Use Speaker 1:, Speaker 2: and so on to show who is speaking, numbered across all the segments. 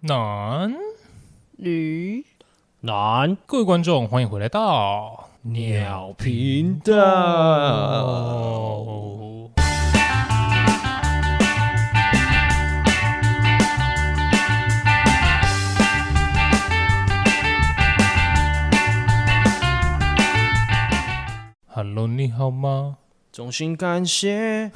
Speaker 1: 南，
Speaker 2: 驴
Speaker 3: 男
Speaker 1: 各位观众，欢迎回来到
Speaker 3: 鸟 频道，
Speaker 1: 哦。Hello，你好吗？
Speaker 3: 衷心感谢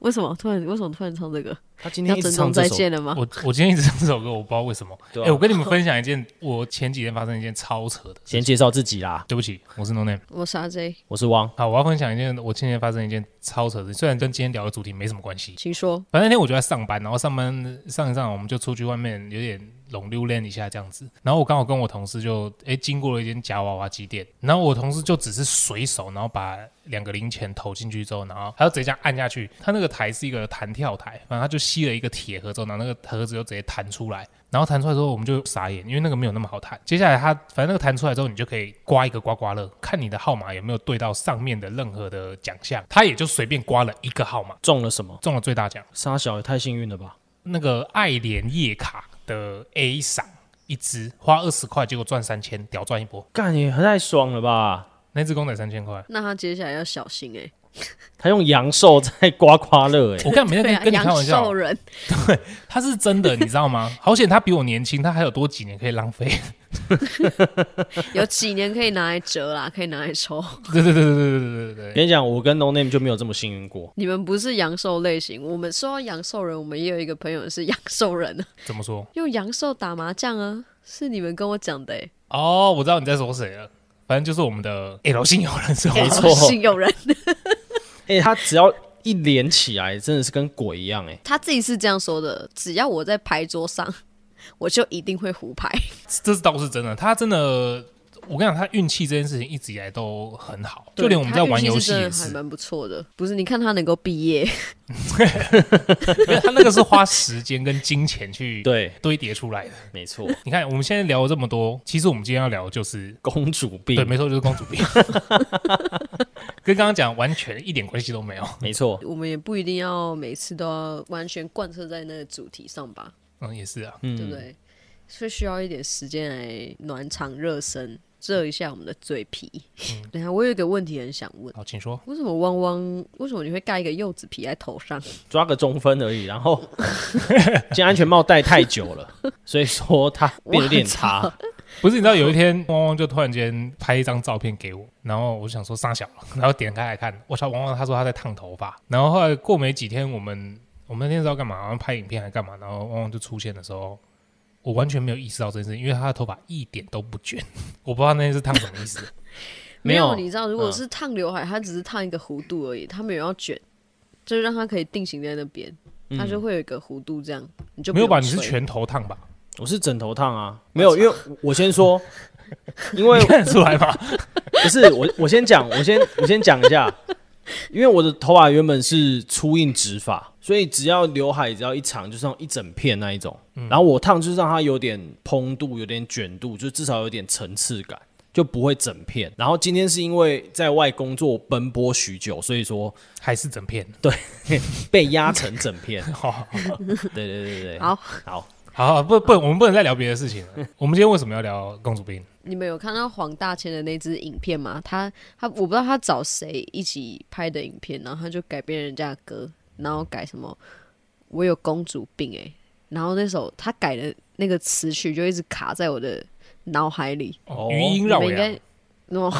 Speaker 2: 为什么突然为什么突然唱这个？
Speaker 3: 他今
Speaker 2: 要
Speaker 3: 天一直
Speaker 2: 珍
Speaker 3: 唱
Speaker 2: 重
Speaker 3: 这
Speaker 2: 再
Speaker 3: 首，
Speaker 2: 见了吗？
Speaker 1: 我我今天一直唱这首歌，我不知道为什么。哎、
Speaker 3: 对啊
Speaker 1: 我跟你们分享一件我前几天发生一件超扯的。
Speaker 3: 先介绍自己啦，
Speaker 1: 对不起，我是 No Name。
Speaker 2: 我是 RJ，
Speaker 3: 我是汪，
Speaker 1: 好，我要分享一件我前几天发生一件超扯的，事，虽然跟今天聊的主题没什么关系，
Speaker 2: 请说。
Speaker 1: 反正那天我就在上班，然后上班上一上，我们就出去外面有点拢溜练一下这样子。然后我刚好跟我同事就诶经过了一间夹娃娃机店，然后我同事就只是随手，然后把两个零钱投进去之后，然后他就直接这样按下去，他那个台是一个弹跳台，反正他就吸了一个铁盒之后，然后那个盒子就直接弹出来。然后弹出来之后，我们就傻眼，因为那个没有那么好弹。接下来它反正那个弹出来之后，你就可以刮一个刮刮乐，看你的号码有没有对到上面的任何的奖项。他也就随便刮了一个号码，
Speaker 3: 中了什么？
Speaker 1: 中了最大奖。
Speaker 3: 沙小也太幸运了吧！
Speaker 1: 那个爱莲叶卡的 A 赏一只，花二十块，结果赚三千，屌赚一波。
Speaker 3: 干也太爽了吧！
Speaker 1: 那只公仔三千块，
Speaker 2: 那他接下来要小心哎、
Speaker 3: 他用阳寿在刮刮乐、欸，
Speaker 1: 我看每天
Speaker 2: 对
Speaker 1: 跟、
Speaker 2: 啊，
Speaker 1: 跟你开
Speaker 2: 阳
Speaker 1: 玩笑
Speaker 2: 寿，人，
Speaker 1: 他是真的，你知道吗？好险他比我年轻，他还有多几年可以浪费。
Speaker 2: 有几年可以拿来折啦，可以拿来抽。
Speaker 1: 对对对对对对对对对。
Speaker 3: 跟你讲，我跟 No Name 就没有这么幸运过。
Speaker 2: 你们不是阳寿类型，我们说到阳寿人，我们也有一个朋友是阳寿人 啊，
Speaker 1: 怎么说？
Speaker 2: 用阳寿打麻将啊，是你们跟我 讲的哎、
Speaker 1: 哦，我知道你在说谁了，反正就是我们的 L 姓友人是吧？
Speaker 3: 没错
Speaker 2: 是有人，
Speaker 3: 哎、他只要一连起来，真的是跟鬼一样、欸，哎，
Speaker 2: 他自己是这样说的：只要我在牌桌上， 我就一定会胡牌。
Speaker 1: 这倒是真的，他真的。我跟你讲，他运气这件事情一直以来都很好，
Speaker 2: 对
Speaker 1: 就连我们在玩游戏
Speaker 2: 他
Speaker 1: 也
Speaker 2: 运气是真的还
Speaker 1: 是，
Speaker 2: 蛮不错的。不是，你看他能够毕业，
Speaker 1: 因为他那个是花时间跟金钱去
Speaker 3: 对，
Speaker 1: 堆叠出来的。
Speaker 3: 没错，
Speaker 1: 你看，我们现在聊了这么多，其实我们今天要聊的就是，
Speaker 3: 公主病
Speaker 1: 对，，没错，就是公 主病，跟刚刚讲完全一点关系都没有。
Speaker 3: 没错，
Speaker 2: 我们也不一定要每次都要完全贯彻在那个主题上吧，
Speaker 1: 嗯，也是啊，
Speaker 2: 对不对？所以需要一点时间来暖场热身，热一下我们的嘴皮。
Speaker 1: 嗯
Speaker 2: 等一下，我有一个问题很想问。
Speaker 1: 好，请说。
Speaker 2: 为什么汪汪？为什么你会盖一个柚子皮在头上？
Speaker 3: 抓个中分而已。然后 今天安全帽戴太久了，所以说它变得有点差。
Speaker 1: 不是，你知道有一天，汪汪就突然间拍一张照片给我，然后我就想说傻小， 然后点开来看，我操，汪汪他说他在烫头发，然后后来过没几天，我们我们那天是要干嘛？好像拍影片还干嘛？然后汪汪就出现的时候。我完全没有意识到这件事，因为他的头发一点都不卷， 我不知道那天是烫什么意思。
Speaker 3: 没有
Speaker 2: 有，你知道，如果
Speaker 3: 嗯
Speaker 2: 是烫刘海，它只是烫一个弧度而已，它没有要卷，就是让它可以定型在那边，它就会有一个弧度，这样你 就
Speaker 1: 嗯
Speaker 2: 不
Speaker 1: 没有吧？你
Speaker 2: 用
Speaker 1: 是
Speaker 2: 吹
Speaker 1: 全头烫吧？
Speaker 3: 我是枕头烫啊，没有，因为我我 先说，因为
Speaker 1: 看得出来吧？
Speaker 3: 不是我，我先讲，我先我先讲一下，因为我的头发原本是粗硬直发，所以只要刘海只要一长，就是那种一整片那一种。
Speaker 2: 嗯
Speaker 3: 然后我烫就是让它有点蓬度，有点卷度，就至少有点层次感，就不会整片。然后今天是因为在外工作奔波许久，所以说
Speaker 1: 还是整片？
Speaker 3: 被压成整 片。
Speaker 1: 好，
Speaker 3: 对对对对，
Speaker 2: 好，
Speaker 3: 好，
Speaker 1: 好，不不，我们不能再聊别的事情 了。我们今天为什么要聊公主病？
Speaker 2: 你们有看到黄大千的那支影片吗？他他我不知道他找谁一起拍的影片，然后他就改编人家的歌，然后改什么“我有公主病、欸”然后那首他改的那个词曲就一直卡在我的脑海里，
Speaker 1: 哦
Speaker 3: 哦
Speaker 1: 余音
Speaker 2: 你
Speaker 1: 绕
Speaker 2: 们应
Speaker 1: 梁
Speaker 2: 该。哦，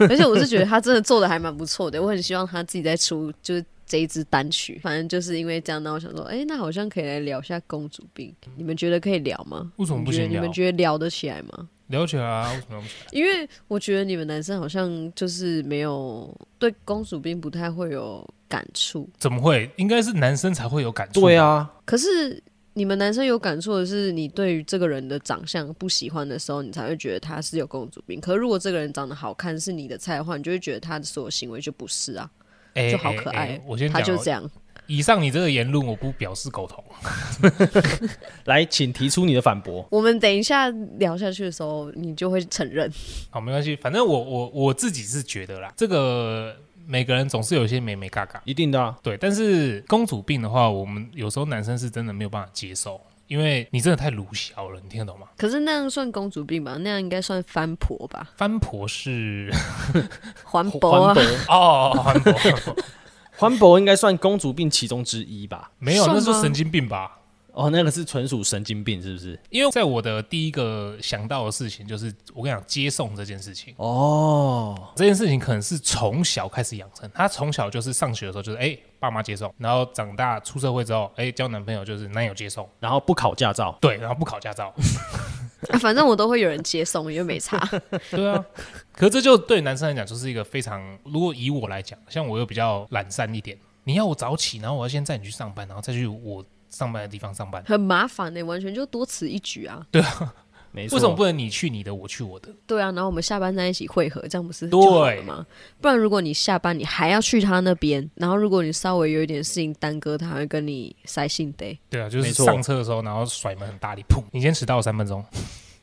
Speaker 2: 而且我是觉得他真的做的还蛮不错的，我很希望他自己再出就是这一支单曲。反正就是因为这样，那我想说，哎、那好像可以来聊一下公主病，你们觉得可以聊吗？
Speaker 1: 为什么不行
Speaker 2: 你觉得你
Speaker 1: 聊
Speaker 2: 们？觉得聊得起来吗？
Speaker 1: 聊起来啊？为什么聊不起来？
Speaker 2: 因为我觉得你们男生好像就是没有对公主病不太会有感触，
Speaker 1: 怎么会？应该是男生才会有感触。
Speaker 3: 对，啊，
Speaker 2: 可是你们男生有感触的是，你对于这个人的长相不喜欢的时候，你才会觉得他是有公主病。可如果这个人长得好看是你的菜的话，你就会觉得他的所有行为就不是啊，
Speaker 1: 哎
Speaker 2: 就好可爱。
Speaker 1: 哎哎我先
Speaker 2: 他
Speaker 1: 讲
Speaker 2: 就这
Speaker 1: 哦，
Speaker 2: 样，
Speaker 1: 以上你这个言论，我不表示苟同。
Speaker 3: 来，请提出你的反驳。
Speaker 2: 我们等一下聊下去的时候，你就会承认。
Speaker 1: 好，没关系，反正我我我自己是觉得啦，这个每个人总是有一些美美嘎嘎。
Speaker 3: 一定的、啊，
Speaker 1: 对，但是公主病的话，我们有时候男生是真的没有办法接受，因为你真的太鲁小了，你听得懂吗？
Speaker 2: 可是那样算公主病吧？那样应该算翻婆吧？
Speaker 1: 翻婆 是
Speaker 2: 环
Speaker 3: 环
Speaker 2: 保啊
Speaker 3: 保，，
Speaker 1: 哦，翻婆
Speaker 3: 环保应该算公主病其中之一吧？
Speaker 1: 没有，那
Speaker 2: 算
Speaker 1: 是
Speaker 2: 吗
Speaker 1: 神经病吧？
Speaker 3: 哦，那个是纯属神经病，是不是？
Speaker 1: 因为在我的第一个想到的事情就是，我跟你讲接送这件事情，
Speaker 3: 哦，
Speaker 1: 这件事情可能是从小开始养成。他从小就是上学的时候就是哎、爸妈接送，然后长大出社会之后哎、交男朋友就是男友接送，
Speaker 3: 然后不考驾照，
Speaker 1: 对，然后不考驾 照，
Speaker 2: 啊反正我都会有人接送，因为没差。
Speaker 1: 对啊。可是这就对男生来讲就是一个非常，如果以我来讲，像我又比较懒散一点，你要我早起，然后我要先载你去上班，然后再去我上班的地方上班，
Speaker 2: 很麻烦呢、完全就多此一举啊。
Speaker 3: 没错。
Speaker 1: 为什么不能你去你的，我去我的？
Speaker 2: 对啊，然后我们下班在一起汇合，这样不是
Speaker 1: 对
Speaker 2: 就好了吗？不然如果你下班你还要去他那边，然后如果你稍微有一点事情耽搁，他还会跟你塞信得。
Speaker 1: 对啊，就是
Speaker 3: 没错
Speaker 1: 上车的时候，然后甩门很大力，砰！你今天迟到了三分钟，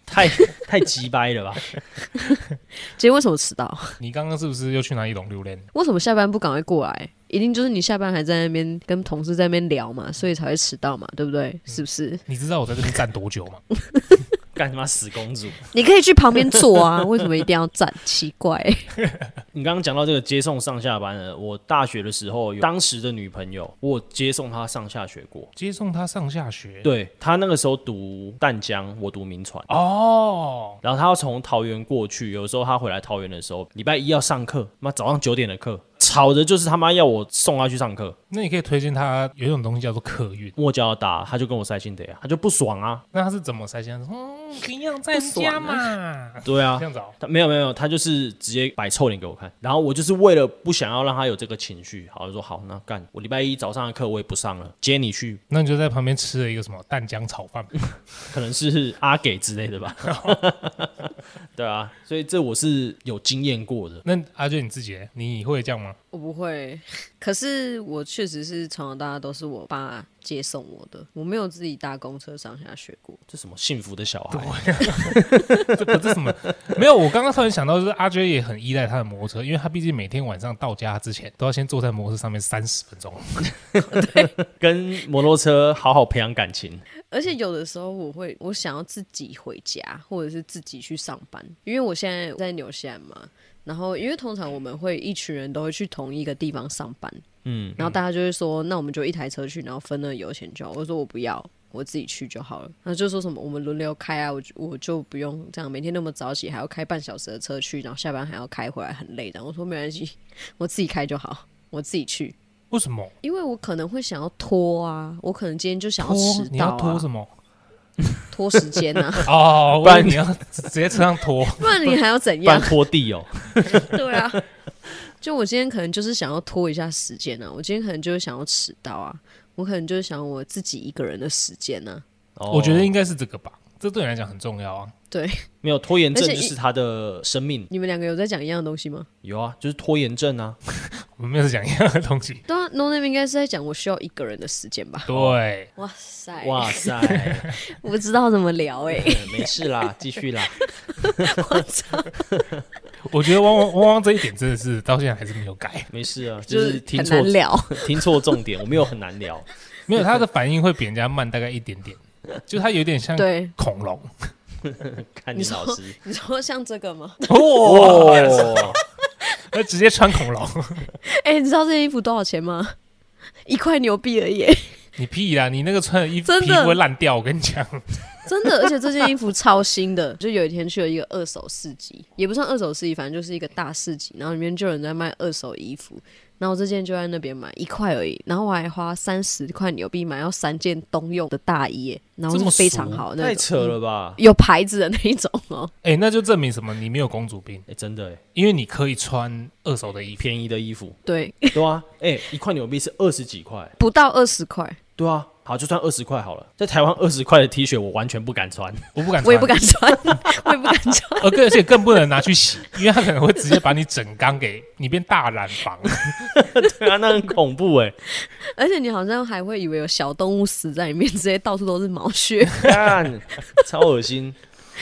Speaker 3: 太太鸡掰了吧？
Speaker 2: 今天为什么迟到？
Speaker 1: 你刚刚是不是又去哪里拢榴莲？
Speaker 2: 为什么下班不赶快过来？一定就是你下班还在那边跟同事在那边聊嘛，所以才会迟到嘛，对不对？是不是？
Speaker 1: 你知道我在这边站多久吗？
Speaker 3: 干什么死公主？
Speaker 2: 你可以去旁边坐 啊，为什么一定要站？奇怪、
Speaker 3: 你刚刚讲到这个接送上下班了，我大学的时候有当时的女朋友，我有接送她上下学过。
Speaker 1: 接送他上下学。
Speaker 3: 对她那个时候读淡江，我读民传。
Speaker 1: 哦，
Speaker 3: 然后她要从桃园过去，有时候她回来桃园的时候，礼拜一要上课，妈早上九点的课，吵着就是他妈要我送她去上课，
Speaker 1: 那你可以推荐他有一种东西叫做客运，
Speaker 3: 我就要打，她就跟我塞心得啊，她就不爽啊，
Speaker 1: 那他是怎么塞进来的？嗯，不要在家嘛，
Speaker 3: 对 啊
Speaker 1: 这，样子哦。
Speaker 3: 他没有没有，他就是直接摆臭脸给我看，然后我就是为了不想要让他有这个情绪，好就说好那干，我礼拜一早上的课我也不上了，接你去，
Speaker 1: 那你就在旁边吃了一个什么蛋浆炒饭，
Speaker 3: 可能是阿给之类的吧，对啊，所以这我是有经验过的，
Speaker 1: 那阿娟你自己嘞，你会这样吗？
Speaker 2: 我不会，可是我确实是从小到大都是我爸接送我的，我没有自己搭公车上下学过。
Speaker 3: 这什么幸福的小孩，
Speaker 1: 这不是什么？ 没有，我刚刚突然想到，就是阿娟也很依赖他的摩托车，因为他毕竟每天晚上到家之前都要先坐在摩托车上面三十分钟。
Speaker 3: 跟摩托车好好培养感情，
Speaker 2: 而且有的时候我会，我想要自己回家，或者是自己去上班，因为我现在在纽西兰嘛。然后，因为通常我们会一群人都会去同一个地方上班，
Speaker 3: 嗯，
Speaker 2: 然后大家就会说，那我们就一台车去，然后分了油钱就好。我说我不要，我自己去就好了。然后就说什么我们轮流开啊，我就我就不用这样每天那么早起，还要开半小时的车去，然后下班还要开回来，很累的。我说没关系，我自己开就好，我自己去。
Speaker 1: 为什么？
Speaker 2: 因为我可能会想要拖啊，我可能今天就想要
Speaker 1: 拖
Speaker 2: 迟
Speaker 1: 你
Speaker 2: 到、
Speaker 1: 要
Speaker 2: 啊，
Speaker 1: 拖什么？
Speaker 2: 拖时间啊，
Speaker 1: 哦，
Speaker 3: 不
Speaker 1: 不
Speaker 3: 然
Speaker 1: 然你要直接车上拖。
Speaker 2: 不然你还要怎
Speaker 3: 不然
Speaker 2: 样？
Speaker 3: 拖地 哦，
Speaker 2: 对啊， 就我今天可能就是想要拖一下时间啊，我今天可能就是想要迟到啊，我可能就是想我自己一个人的时间啊。
Speaker 3: 哦
Speaker 1: 我觉得应该是这个吧，这对你来讲很重要啊。
Speaker 3: 没有拖延症
Speaker 2: 而且
Speaker 3: 就
Speaker 2: 一
Speaker 3: 是他的生命，
Speaker 2: 你们两个有在讲一样的东西吗？
Speaker 3: 有啊，就是拖延症啊，
Speaker 1: 我们没有讲一样的东 西。
Speaker 2: 对啊，No Name 应该是在讲我需要一个人的时间吧？
Speaker 1: 对，
Speaker 2: 哇塞，
Speaker 3: 哇塞，
Speaker 2: 我不知道怎么聊哎、
Speaker 3: 嗯没事啦，继续啦。哦
Speaker 1: 我觉得汪汪汪汪这一点真的是到现在还是没有 改。
Speaker 3: 没事啊，就
Speaker 2: 就是是
Speaker 3: 听
Speaker 2: 很
Speaker 3: 错
Speaker 2: 难聊。
Speaker 3: 听错重点，我没有很难 聊。
Speaker 1: 没有，他的反应会比人家慢大概一点点，就他有点像
Speaker 2: 对，
Speaker 1: 恐龙。
Speaker 3: 看你
Speaker 2: 你说
Speaker 3: 老师
Speaker 2: 你说像这个吗？
Speaker 3: 哦，
Speaker 1: 他直接穿恐龙，
Speaker 2: 哎、你知道这件衣服多少钱吗？一块牛币而已欸、
Speaker 1: 你屁啦！你那个穿的衣服
Speaker 2: 真的
Speaker 1: 皮肤会烂掉，我跟你讲。
Speaker 2: 真的，而且这件衣服超新的。 就有一天去了一个二手市集，也不算二手市集，反正就是一个大市集，然后里面就有人在卖二手衣服，然后我这件就在那边买一块而已，然后我还花三十块牛币买到三件冬用的大衣耶，然后
Speaker 1: 这
Speaker 2: 是
Speaker 1: 么
Speaker 2: 非常
Speaker 1: 俗
Speaker 2: 好的
Speaker 3: 太
Speaker 2: 那种，
Speaker 3: 扯了吧？
Speaker 2: 有牌子的那一种哦。
Speaker 1: 哎、那就证明什么？你没有公主病，
Speaker 3: 哎，真的欸，
Speaker 1: 因为你可以穿二手的衣 服。
Speaker 3: 便宜的衣服，
Speaker 2: 对，
Speaker 3: 对啊，哎，一块纽币是二十几块，
Speaker 2: 不到二十块，
Speaker 3: 对啊，好，就算二十块好了。在台湾二十块的 T 恤，我完全不敢穿，
Speaker 1: 我不敢穿，呃
Speaker 2: 我也不敢穿， 我也不敢穿。
Speaker 1: 而更而且更不能拿去洗，因为他可能会直接把你整缸给你变大染坊。
Speaker 3: 对啊，那很恐怖哎。
Speaker 2: 而且你好像还会以为有小动物死在里面，直接到处都是毛屑。
Speaker 3: 看， 超恶心。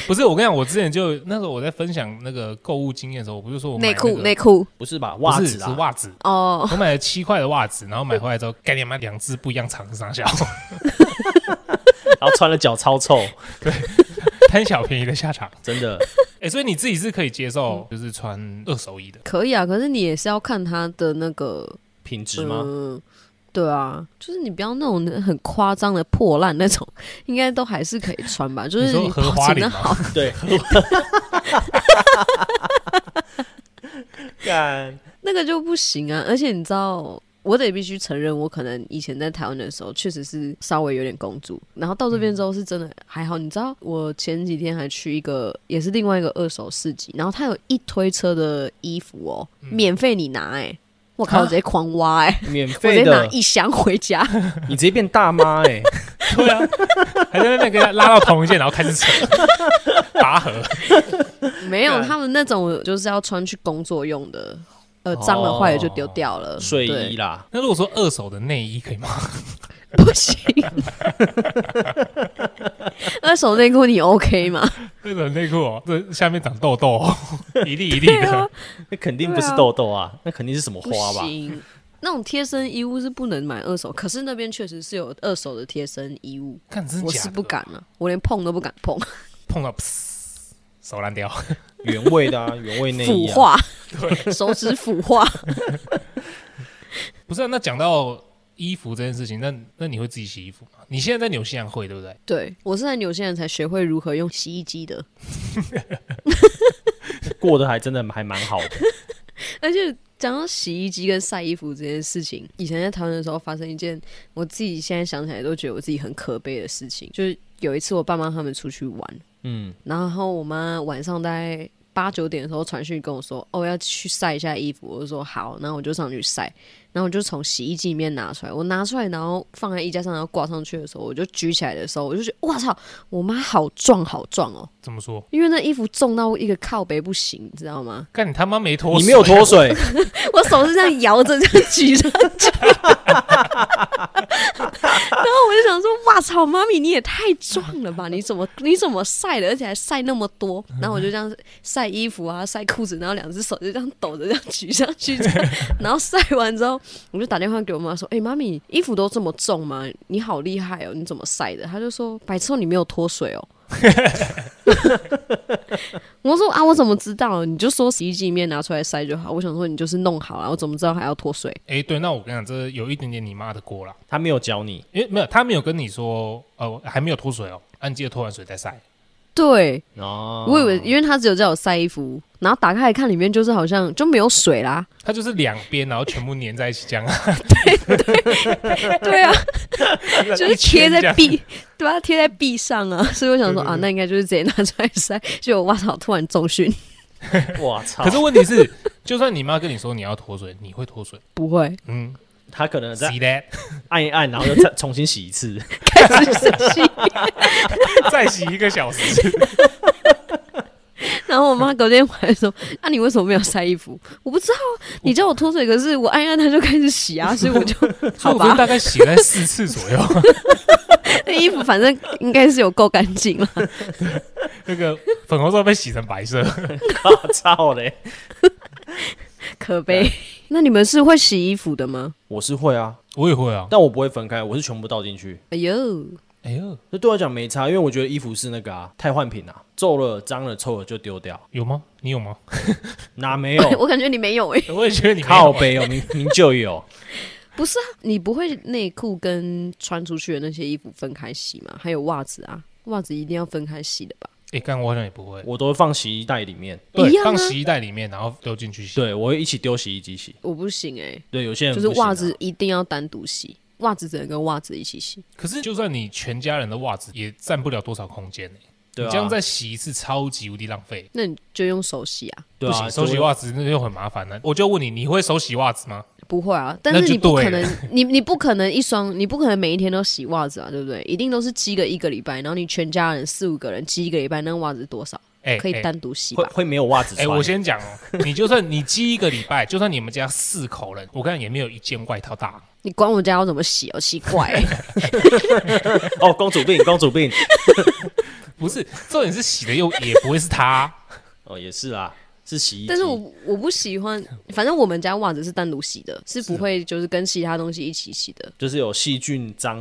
Speaker 1: 不是，我跟你讲，我之前就那时候我在分享那个购物经验的时候，我不是说我买
Speaker 2: 内裤
Speaker 1: 那个
Speaker 2: 内裤
Speaker 3: 不是吧？
Speaker 1: 不
Speaker 3: 袜
Speaker 1: 是
Speaker 3: 子
Speaker 1: 是
Speaker 3: 啊，
Speaker 1: 袜子。
Speaker 2: 哦，
Speaker 1: 我买了七块的袜子，然后买回来之后，概念买两只不一样长的上下，
Speaker 3: 然后穿了脚超臭，
Speaker 1: 贪小便宜的下场。
Speaker 3: 真的。
Speaker 1: 哎、所以你自己是可以接受，就
Speaker 2: 嗯
Speaker 1: 是穿二手衣的。
Speaker 2: 可以啊，可是你也是要看他的那个
Speaker 3: 品质吗？
Speaker 2: 嗯，对啊，就是你不要那种很夸张的破烂那种， 应该都还是可以穿吧。就
Speaker 1: 你
Speaker 2: 是
Speaker 1: 说荷
Speaker 2: 保
Speaker 1: 花
Speaker 2: 持
Speaker 1: 领
Speaker 2: 的
Speaker 1: 吗
Speaker 2: 好，
Speaker 3: 对。干，
Speaker 2: 那个就不行啊。而且你知道，我得必须承认，我可能以前在台湾的时候确实是稍微有点公主，然后到这边之后是真的还好。你知道，我前几天还去一个也是另外一个二手市集，然后它有一推车的衣服哦，免费你拿哎、我靠！
Speaker 1: 啊
Speaker 2: 我直接狂挖哎、
Speaker 3: 免
Speaker 2: 我直
Speaker 3: 费
Speaker 2: 接拿
Speaker 3: 的，
Speaker 2: 一箱回家，
Speaker 3: 你直接变大妈哎、
Speaker 1: 对啊，还在那个拉到同一件，然后开始扯拔河。
Speaker 2: 没有
Speaker 3: 干
Speaker 2: 他们那种就是要穿去工作用的，呃，脏了坏了就丢掉了，
Speaker 3: 哦 睡
Speaker 2: 对
Speaker 3: 衣啦，
Speaker 1: 那如果说二手的内衣可以吗？
Speaker 2: 不行。二手内裤你 OK 吗？
Speaker 1: 二手内裤哦，这下面长痘痘、哦， 一粒一粒的。
Speaker 2: 啊
Speaker 3: 那肯定不是痘痘啊，那肯定是什么
Speaker 2: 不
Speaker 3: 花吧？
Speaker 2: 行，那种贴身衣物是不能买二手，可是那边确实是有二手的贴身衣物，
Speaker 1: 看，真的
Speaker 2: 我
Speaker 1: 假
Speaker 2: 是
Speaker 1: 的？
Speaker 2: 不敢了、我连碰都不敢碰，
Speaker 1: 碰到，噗手烂掉。
Speaker 3: 原味的啊， 原味内
Speaker 2: 腐
Speaker 3: 衣、啊。
Speaker 2: 化， 手指腐化。
Speaker 1: 不是、啊，那讲到衣服这件事情，那那你会自己洗衣服吗？你现在在纽西兰会对不对？
Speaker 2: 对我是在纽西兰才学会如何用洗衣机的，
Speaker 3: 过得还真的还蛮好的。
Speaker 2: 而且讲到洗衣机跟晒衣服这件事情，以前在台湾的时候发生一件我自己现在想起来都觉得我自己很可悲的事情，就是有一次我爸妈他们出去玩，
Speaker 3: 嗯，
Speaker 2: 然后我妈晚上大概八九点的时候传讯跟我说，哦要去晒一下衣服，我就说好，然后我就上去晒，然后我就从洗衣机里面拿出来，我拿出来然后放在衣架上，然后挂上去的时候，我就举起来的时候，我就觉得哇操，我妈好壮好壮哦，
Speaker 1: 怎么说？
Speaker 2: 因为那衣服重到一个靠背不行，你知道吗？
Speaker 1: 干你他妈没脱，
Speaker 3: 你没有 脱，水，
Speaker 2: 我手是这样摇着，这样举上去。然后我就想说，哇操，妈咪你也太壮了吧！你怎么你怎么晒的，而且还晒那么多？然后我就这样晒衣服啊，晒裤子，然后两只手就这样抖着，这样举上去。这样然后晒完之后，我就打电话给我妈说：“哎、妈咪，衣服都这么重吗？你好厉害哦，你怎么晒的？”她就说：“白痴哦，你没有脱水哦。”我说啊，我怎么知道？你就说洗衣机里面拿出来晒就好。我想说，你就是弄好了，我怎么知道还要脱水？
Speaker 1: 哎、对，那我跟你讲，这有一点点你妈的锅啦，
Speaker 3: 他没有教你。
Speaker 1: 因为没有他没有跟你说，呃，还没有脱水哦，啊，你记得脱完水再晒。
Speaker 2: 对，
Speaker 3: 哦，
Speaker 2: 我以为，因为他只有叫我晒衣服，然后打开来看，里面就是好像就没有水啦。
Speaker 1: 它就是两边，然后全部粘在一起这样，啊
Speaker 2: 对啊， 就是
Speaker 1: 一
Speaker 2: 贴
Speaker 1: 圈这
Speaker 2: 在
Speaker 1: 样
Speaker 2: 壁，对啊，贴在壁 上啊。所以我想说啊，那应该就是直接拿出来晒。结果哇操，突然 中训，
Speaker 3: 我操，
Speaker 1: 可是问题是，就算你妈跟你说你要脱水，你会脱水？
Speaker 2: 不会，
Speaker 1: 嗯
Speaker 3: 他可能再
Speaker 1: ，see that，
Speaker 3: 按一按，然后又再重新洗一次。
Speaker 2: 开始生气。
Speaker 1: 再洗一个 小时。
Speaker 2: 然后我妈隔天回来说：“啊，你为什么没有晒衣服？”我不知道啊，你叫我脱水，可是我按一按它就开始洗 啊，所以我就
Speaker 1: 所以
Speaker 2: 好
Speaker 1: 我昨天
Speaker 2: 吧。
Speaker 1: 大概洗了四次左右，
Speaker 2: 那衣服反正应该是有够干净了，
Speaker 1: 那个粉红色被洗成白色。
Speaker 3: 我操嘞！
Speaker 2: 可悲。那你们是会洗衣服的吗？
Speaker 3: 我是会啊，
Speaker 1: 我也会啊。
Speaker 3: 但我不会分开，我是全部倒进去。
Speaker 2: 哎呦，
Speaker 1: 哎呦，
Speaker 3: 这对我来讲没差，因为我觉得衣服是那个啊，汰换品啊，皱了、脏了、臭了就丢掉。
Speaker 1: 有吗？你有吗？
Speaker 3: 哪没有？
Speaker 2: 我感觉你没有哎、
Speaker 1: 我也觉得你没有
Speaker 3: 靠北哦，明明就有。
Speaker 2: 不是啊，你不会内裤跟穿出去的那些衣服分开洗吗？还有袜子啊，袜子一定要分开洗的吧？
Speaker 1: 哎，干我好像也不会，
Speaker 3: 我都会放洗衣袋里面，
Speaker 2: 一
Speaker 1: 对，
Speaker 2: 样啊
Speaker 1: 放洗衣袋里面，然后丢进去洗。
Speaker 3: 对我会一起丢洗衣机洗。
Speaker 2: 我不行哎、
Speaker 3: 对，有些人
Speaker 1: 嗯
Speaker 2: 就是
Speaker 3: 不行啊
Speaker 2: 袜子，一定要单独洗，袜子只能跟袜子一起洗。
Speaker 1: 可是就算你全家人的袜子也占不了多少空间欸
Speaker 3: 对
Speaker 1: 你
Speaker 3: 啊，
Speaker 1: 这样再洗一次超级无敌浪费。
Speaker 2: 那你就用手洗啊。
Speaker 3: 对
Speaker 1: 不
Speaker 3: 啊，
Speaker 1: 行，手洗
Speaker 3: 袜。
Speaker 1: 袜子那就很麻烦啊了。我就问你，你会手洗袜子吗？
Speaker 2: 不会啊，但
Speaker 1: 那就是
Speaker 2: 你不
Speaker 1: 对
Speaker 2: 可
Speaker 1: 了
Speaker 2: 能，你你不可能一双，你不可能每一天都洗袜子啊，对不对？一定都是积个一个礼拜，然后你全家人四五个人积一个礼拜，那袜子多少
Speaker 1: 哎，
Speaker 2: 可以
Speaker 1: 哎
Speaker 2: 单独洗
Speaker 3: 会
Speaker 2: 吧？
Speaker 3: 会没有袜子
Speaker 1: 哎、
Speaker 3: 穿。
Speaker 1: 我先讲哦， 你就算你积一个礼拜，就算你们家四口人，我看也没有一件外套大。
Speaker 2: 你管我家要怎么洗哦，奇怪、欸，
Speaker 3: 哦，公主病，公 主病。
Speaker 1: 不是，重点是洗的又也不会是他，
Speaker 3: 哦，也是啊，是洗衣机。
Speaker 2: 但是我我不喜欢，反正我们家袜子是单独洗的，是不会就是跟其他东西一起洗的。
Speaker 3: 就是有细菌脏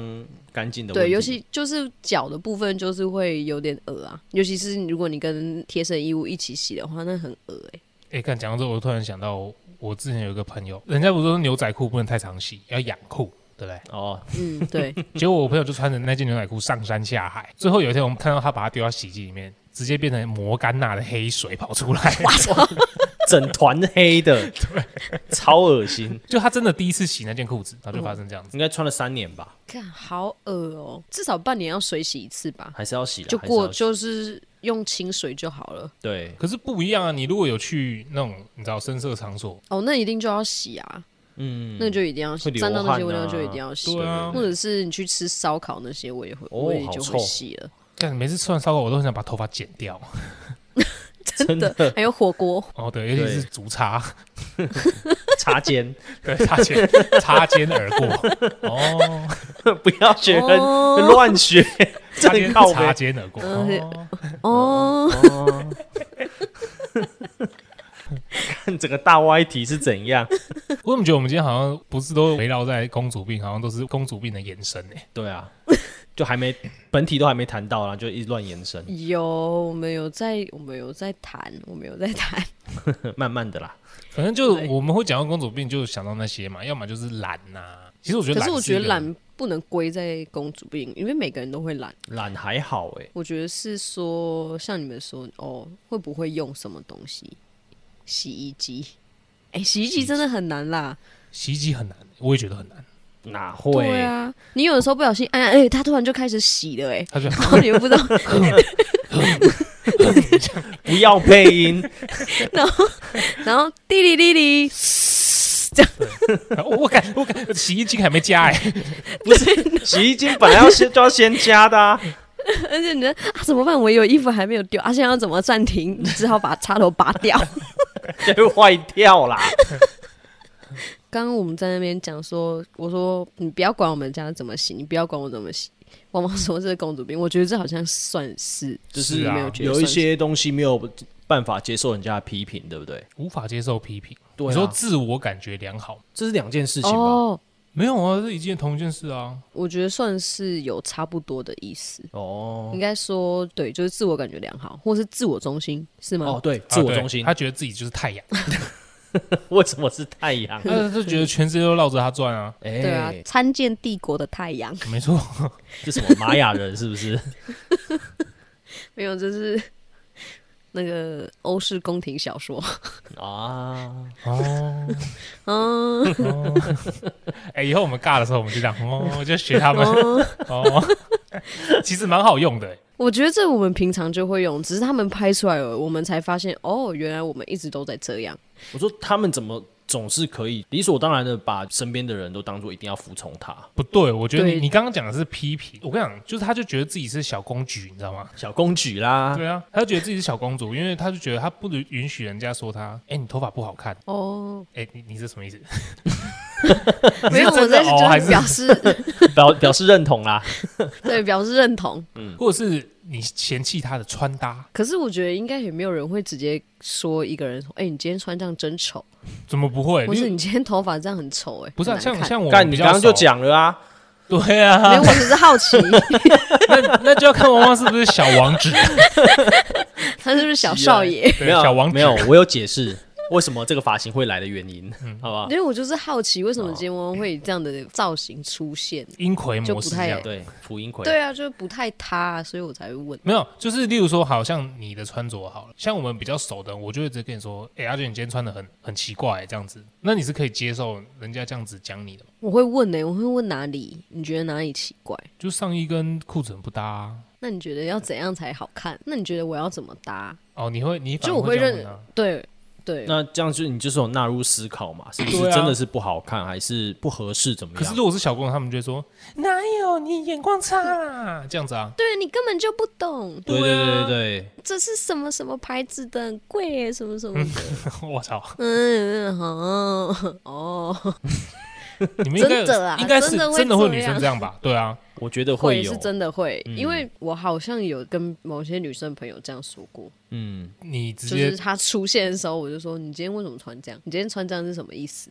Speaker 3: 干净的问
Speaker 2: 对，
Speaker 3: 题。
Speaker 2: 尤其就是脚的部分，就是会有点恶啊，尤其是如果你跟贴身衣物一起洗的话，那很恶哎、
Speaker 1: 哎，看讲到这，我突然想到我，我之前有一个朋友，人家不是说牛仔裤不能太常洗，要养裤，对不对？
Speaker 3: 哦，
Speaker 2: 嗯，对，
Speaker 1: 结果我朋友就穿着那件牛仔裤上山下海，最后有一天我们看到他把它丢到洗衣机里面，直接变成摩甘娜的黑水跑出来。
Speaker 3: 整团黑的，超恶心。
Speaker 1: 就他真的第一次洗那件裤子，然后就发生这样子。
Speaker 3: 应该穿了三年吧，
Speaker 2: 看好恶哦、至少半年要水洗一次吧，
Speaker 3: 还是要洗啦
Speaker 2: 就
Speaker 3: 啊还是要
Speaker 2: 过
Speaker 3: 洗
Speaker 2: 就是用清水就好了。
Speaker 3: 对，
Speaker 1: 可是不一样啊！你如果有去那种你知道深色场所，
Speaker 2: 哦，那一定就要洗啊，
Speaker 3: 嗯，
Speaker 2: 那就一定要洗，
Speaker 3: 会流
Speaker 2: 沾到那些味
Speaker 3: 汗
Speaker 2: 道
Speaker 3: 啊
Speaker 2: 就一定要洗。
Speaker 1: 对啊
Speaker 2: 或者是你去吃烧烤那些，我也会，
Speaker 3: 哦
Speaker 2: 我也
Speaker 3: 好
Speaker 2: 就
Speaker 3: 臭
Speaker 2: 会洗了。
Speaker 1: 但每次吃完烧烤，我都很想把头发剪掉。
Speaker 3: 真的
Speaker 2: 还有火 锅，
Speaker 1: 哦，对，尤其是竹叉，
Speaker 3: 擦肩，
Speaker 1: 对，擦肩擦肩而过。哦，
Speaker 3: 不要学跟
Speaker 2: 哦
Speaker 3: 乱 学，
Speaker 1: 擦
Speaker 3: 正
Speaker 1: 肩
Speaker 3: 靠
Speaker 1: 擦
Speaker 3: 背。
Speaker 1: 肩而过。
Speaker 2: 嗯
Speaker 1: 哦
Speaker 2: 哦，
Speaker 3: 哦，看整个大歪题是怎样？
Speaker 1: 我怎么觉得我们今天好像不是都围绕在公主病，好像都是公主病的延伸呢？欸
Speaker 3: 对啊，就还没本体都还没谈到啦，就一直乱延伸，
Speaker 2: 有我们有在，我们有在谈，我们有在 谈。
Speaker 3: 慢慢的啦。
Speaker 1: 反正就
Speaker 2: 对
Speaker 1: 我们会讲到公主病，就想到那些嘛，要么就是懒呐、其实我觉得懒
Speaker 2: 可是
Speaker 1: 一个，
Speaker 2: 我觉得懒不能归在公主病，因为每个人都会懒。
Speaker 3: 懒还好哎、
Speaker 2: 我觉得是说，像你们说，哦，会不会用什么东西？洗衣机， 哎、洗衣机真的很难啦。
Speaker 1: 洗衣机很难，我也觉得很难。
Speaker 3: 哪会？
Speaker 2: 对啊，你有的时候不小心按按，哎、它突然就开始洗了、 哎，
Speaker 1: 他就
Speaker 2: 然后你又不知道，
Speaker 3: 不要配音，
Speaker 2: 然后滴哩滴 哩，
Speaker 1: 我我感我感洗衣精还没加哎、
Speaker 3: 不是洗衣精本来要先就要先加的啊，
Speaker 2: 而且你觉得啊怎么办？我有衣服还没有丢，啊现在要怎么暂停？你只好把插头拔掉。
Speaker 3: 就会坏掉 啦。
Speaker 2: 刚刚我们在那边讲说，我说你不要管我们家怎么洗，你不要管我怎么洗。汪汪说这是公主病，我觉得这好像算是，
Speaker 1: 就是
Speaker 2: 你
Speaker 1: 啊
Speaker 2: 没有觉得
Speaker 3: 有一
Speaker 2: 算是
Speaker 3: 些东西没有办法接受人家的批评，对不对？
Speaker 1: 无法接受批评。
Speaker 3: 对啊
Speaker 1: 你说自我感觉良好，
Speaker 3: 这是两件事情吧？哦，
Speaker 2: 哦，
Speaker 1: 没有啊，这一件同一件事啊。
Speaker 2: 我觉得算是有差不多的意思。
Speaker 3: 哦
Speaker 2: 应该说对，就是自我感觉良好，或是自我中心，是吗？
Speaker 3: 哦，对，
Speaker 1: 啊
Speaker 3: 自我中心。
Speaker 1: 对他觉得自己就是太 阳，
Speaker 3: 为什么是太 阳？
Speaker 1: 他就觉得全世界都绕着他转啊。
Speaker 3: 哎、
Speaker 2: 对啊，参见帝国的太阳。
Speaker 1: 没错，
Speaker 3: 是什么玛雅人是不是？
Speaker 2: 没有，这是那个欧式宫廷小说。
Speaker 3: 啊，
Speaker 1: 哦，
Speaker 2: 嗯，
Speaker 1: 哎，以后我们尬的时候，我们就这样，哦，我就学他们，
Speaker 2: 哦
Speaker 1: 哦， 其实蛮好用的，欸
Speaker 2: 我觉得这我们平常就会用，只是他们拍出来了，我们才发现哦，原来我们一直都在这样。
Speaker 3: 我说他们怎么总是可以理所当然的把身边的人都当做一定要服从他
Speaker 1: 不对，我觉得你
Speaker 2: 对
Speaker 1: 你刚刚讲的是批评，我跟你讲，就是他就觉得自己是小公举，你知道吗？
Speaker 3: 小公举啦？
Speaker 1: 对啊，他就觉得自己是小公主，因为他就觉得他不允允许人家说他，哎，你头发不好看，
Speaker 2: 哦，
Speaker 1: 哎，你你是什么意思？
Speaker 2: 没有，
Speaker 1: 真的
Speaker 2: 我在
Speaker 1: 哦还
Speaker 2: 就是是表示
Speaker 3: 表表示认同 啦。
Speaker 2: 对表示认同。
Speaker 1: 或者是你嫌弃他的穿搭，
Speaker 2: 可是我觉得应该也没有人会直接说一个人，哎、你今天穿这样真丑，
Speaker 1: 怎么不会？
Speaker 2: 或是
Speaker 1: 哎你
Speaker 2: 你今天头发这样很丑、哎，
Speaker 1: 不是啊
Speaker 2: 很难
Speaker 1: 像
Speaker 2: 看
Speaker 1: 像我
Speaker 3: 干，
Speaker 1: 们
Speaker 3: 你
Speaker 1: 比较
Speaker 3: 刚刚就
Speaker 1: 少
Speaker 3: 讲了啊，
Speaker 1: 对
Speaker 2: 没有，
Speaker 1: 啊，
Speaker 2: 我只是好奇，
Speaker 1: 那 那就要看王王是不是小王子，
Speaker 2: 他是不是小少爷？
Speaker 1: 对，小王子
Speaker 3: 没有，我有解释为什么这个发型会来的原因，
Speaker 1: 嗯
Speaker 3: 好不好
Speaker 1: 啊
Speaker 2: 因？为我就是好奇，为什
Speaker 1: 哦
Speaker 2: 么今天会以这样的造型出现？
Speaker 1: 阴魁模式这
Speaker 2: 就
Speaker 1: 样
Speaker 2: 不。
Speaker 3: 对，蒲英奎，
Speaker 2: 对啊，就是不太搭，所以我才会问。
Speaker 1: 没有，就是例如说，好像你的穿着好了，像我们比较熟的，我就会直接跟你说，哎、阿俊，你今天穿的很很奇怪、这样子，那你是可以接受人家这样子讲你的吗？
Speaker 2: 我会问欸呢、我会问哪里？你觉得哪里奇怪？
Speaker 1: 就上衣跟裤子很不搭、啊、
Speaker 2: 那你觉得要怎样才好看？那你觉得我要怎么搭？
Speaker 1: 哦，你会你反而
Speaker 2: 就我
Speaker 1: 会
Speaker 2: 会
Speaker 1: 这样
Speaker 2: 认
Speaker 1: 问啊，
Speaker 2: 对对，
Speaker 3: 那这样就你就是有纳入思考嘛，是不是
Speaker 1: 对啊
Speaker 3: 真的是不好看，还是不合适，怎么
Speaker 1: 可是
Speaker 3: 样？
Speaker 1: 如果是小公主，他们就会说哪有你眼光差啦，这样子啊，
Speaker 2: 对你根本就不懂，
Speaker 3: 对对对对对，
Speaker 2: 这是什么什么牌子的，很贵耶、什么什么的。
Speaker 1: 我操，
Speaker 2: 嗯，哦哦
Speaker 1: 你们应该
Speaker 2: 真的啊
Speaker 1: 应该是
Speaker 2: 真的会
Speaker 1: 真的会
Speaker 2: 这
Speaker 1: 女
Speaker 2: 样
Speaker 1: 生这样吧？对啊，
Speaker 3: 我觉得
Speaker 2: 会
Speaker 3: 有
Speaker 2: 是，真的会，因为我好像有跟某些女生朋友这样说过，
Speaker 3: 嗯，
Speaker 1: 你直
Speaker 2: 就
Speaker 1: 接
Speaker 2: 是她出现的时候，我就说你今天为什么穿这样？你今天穿这样是什么意思？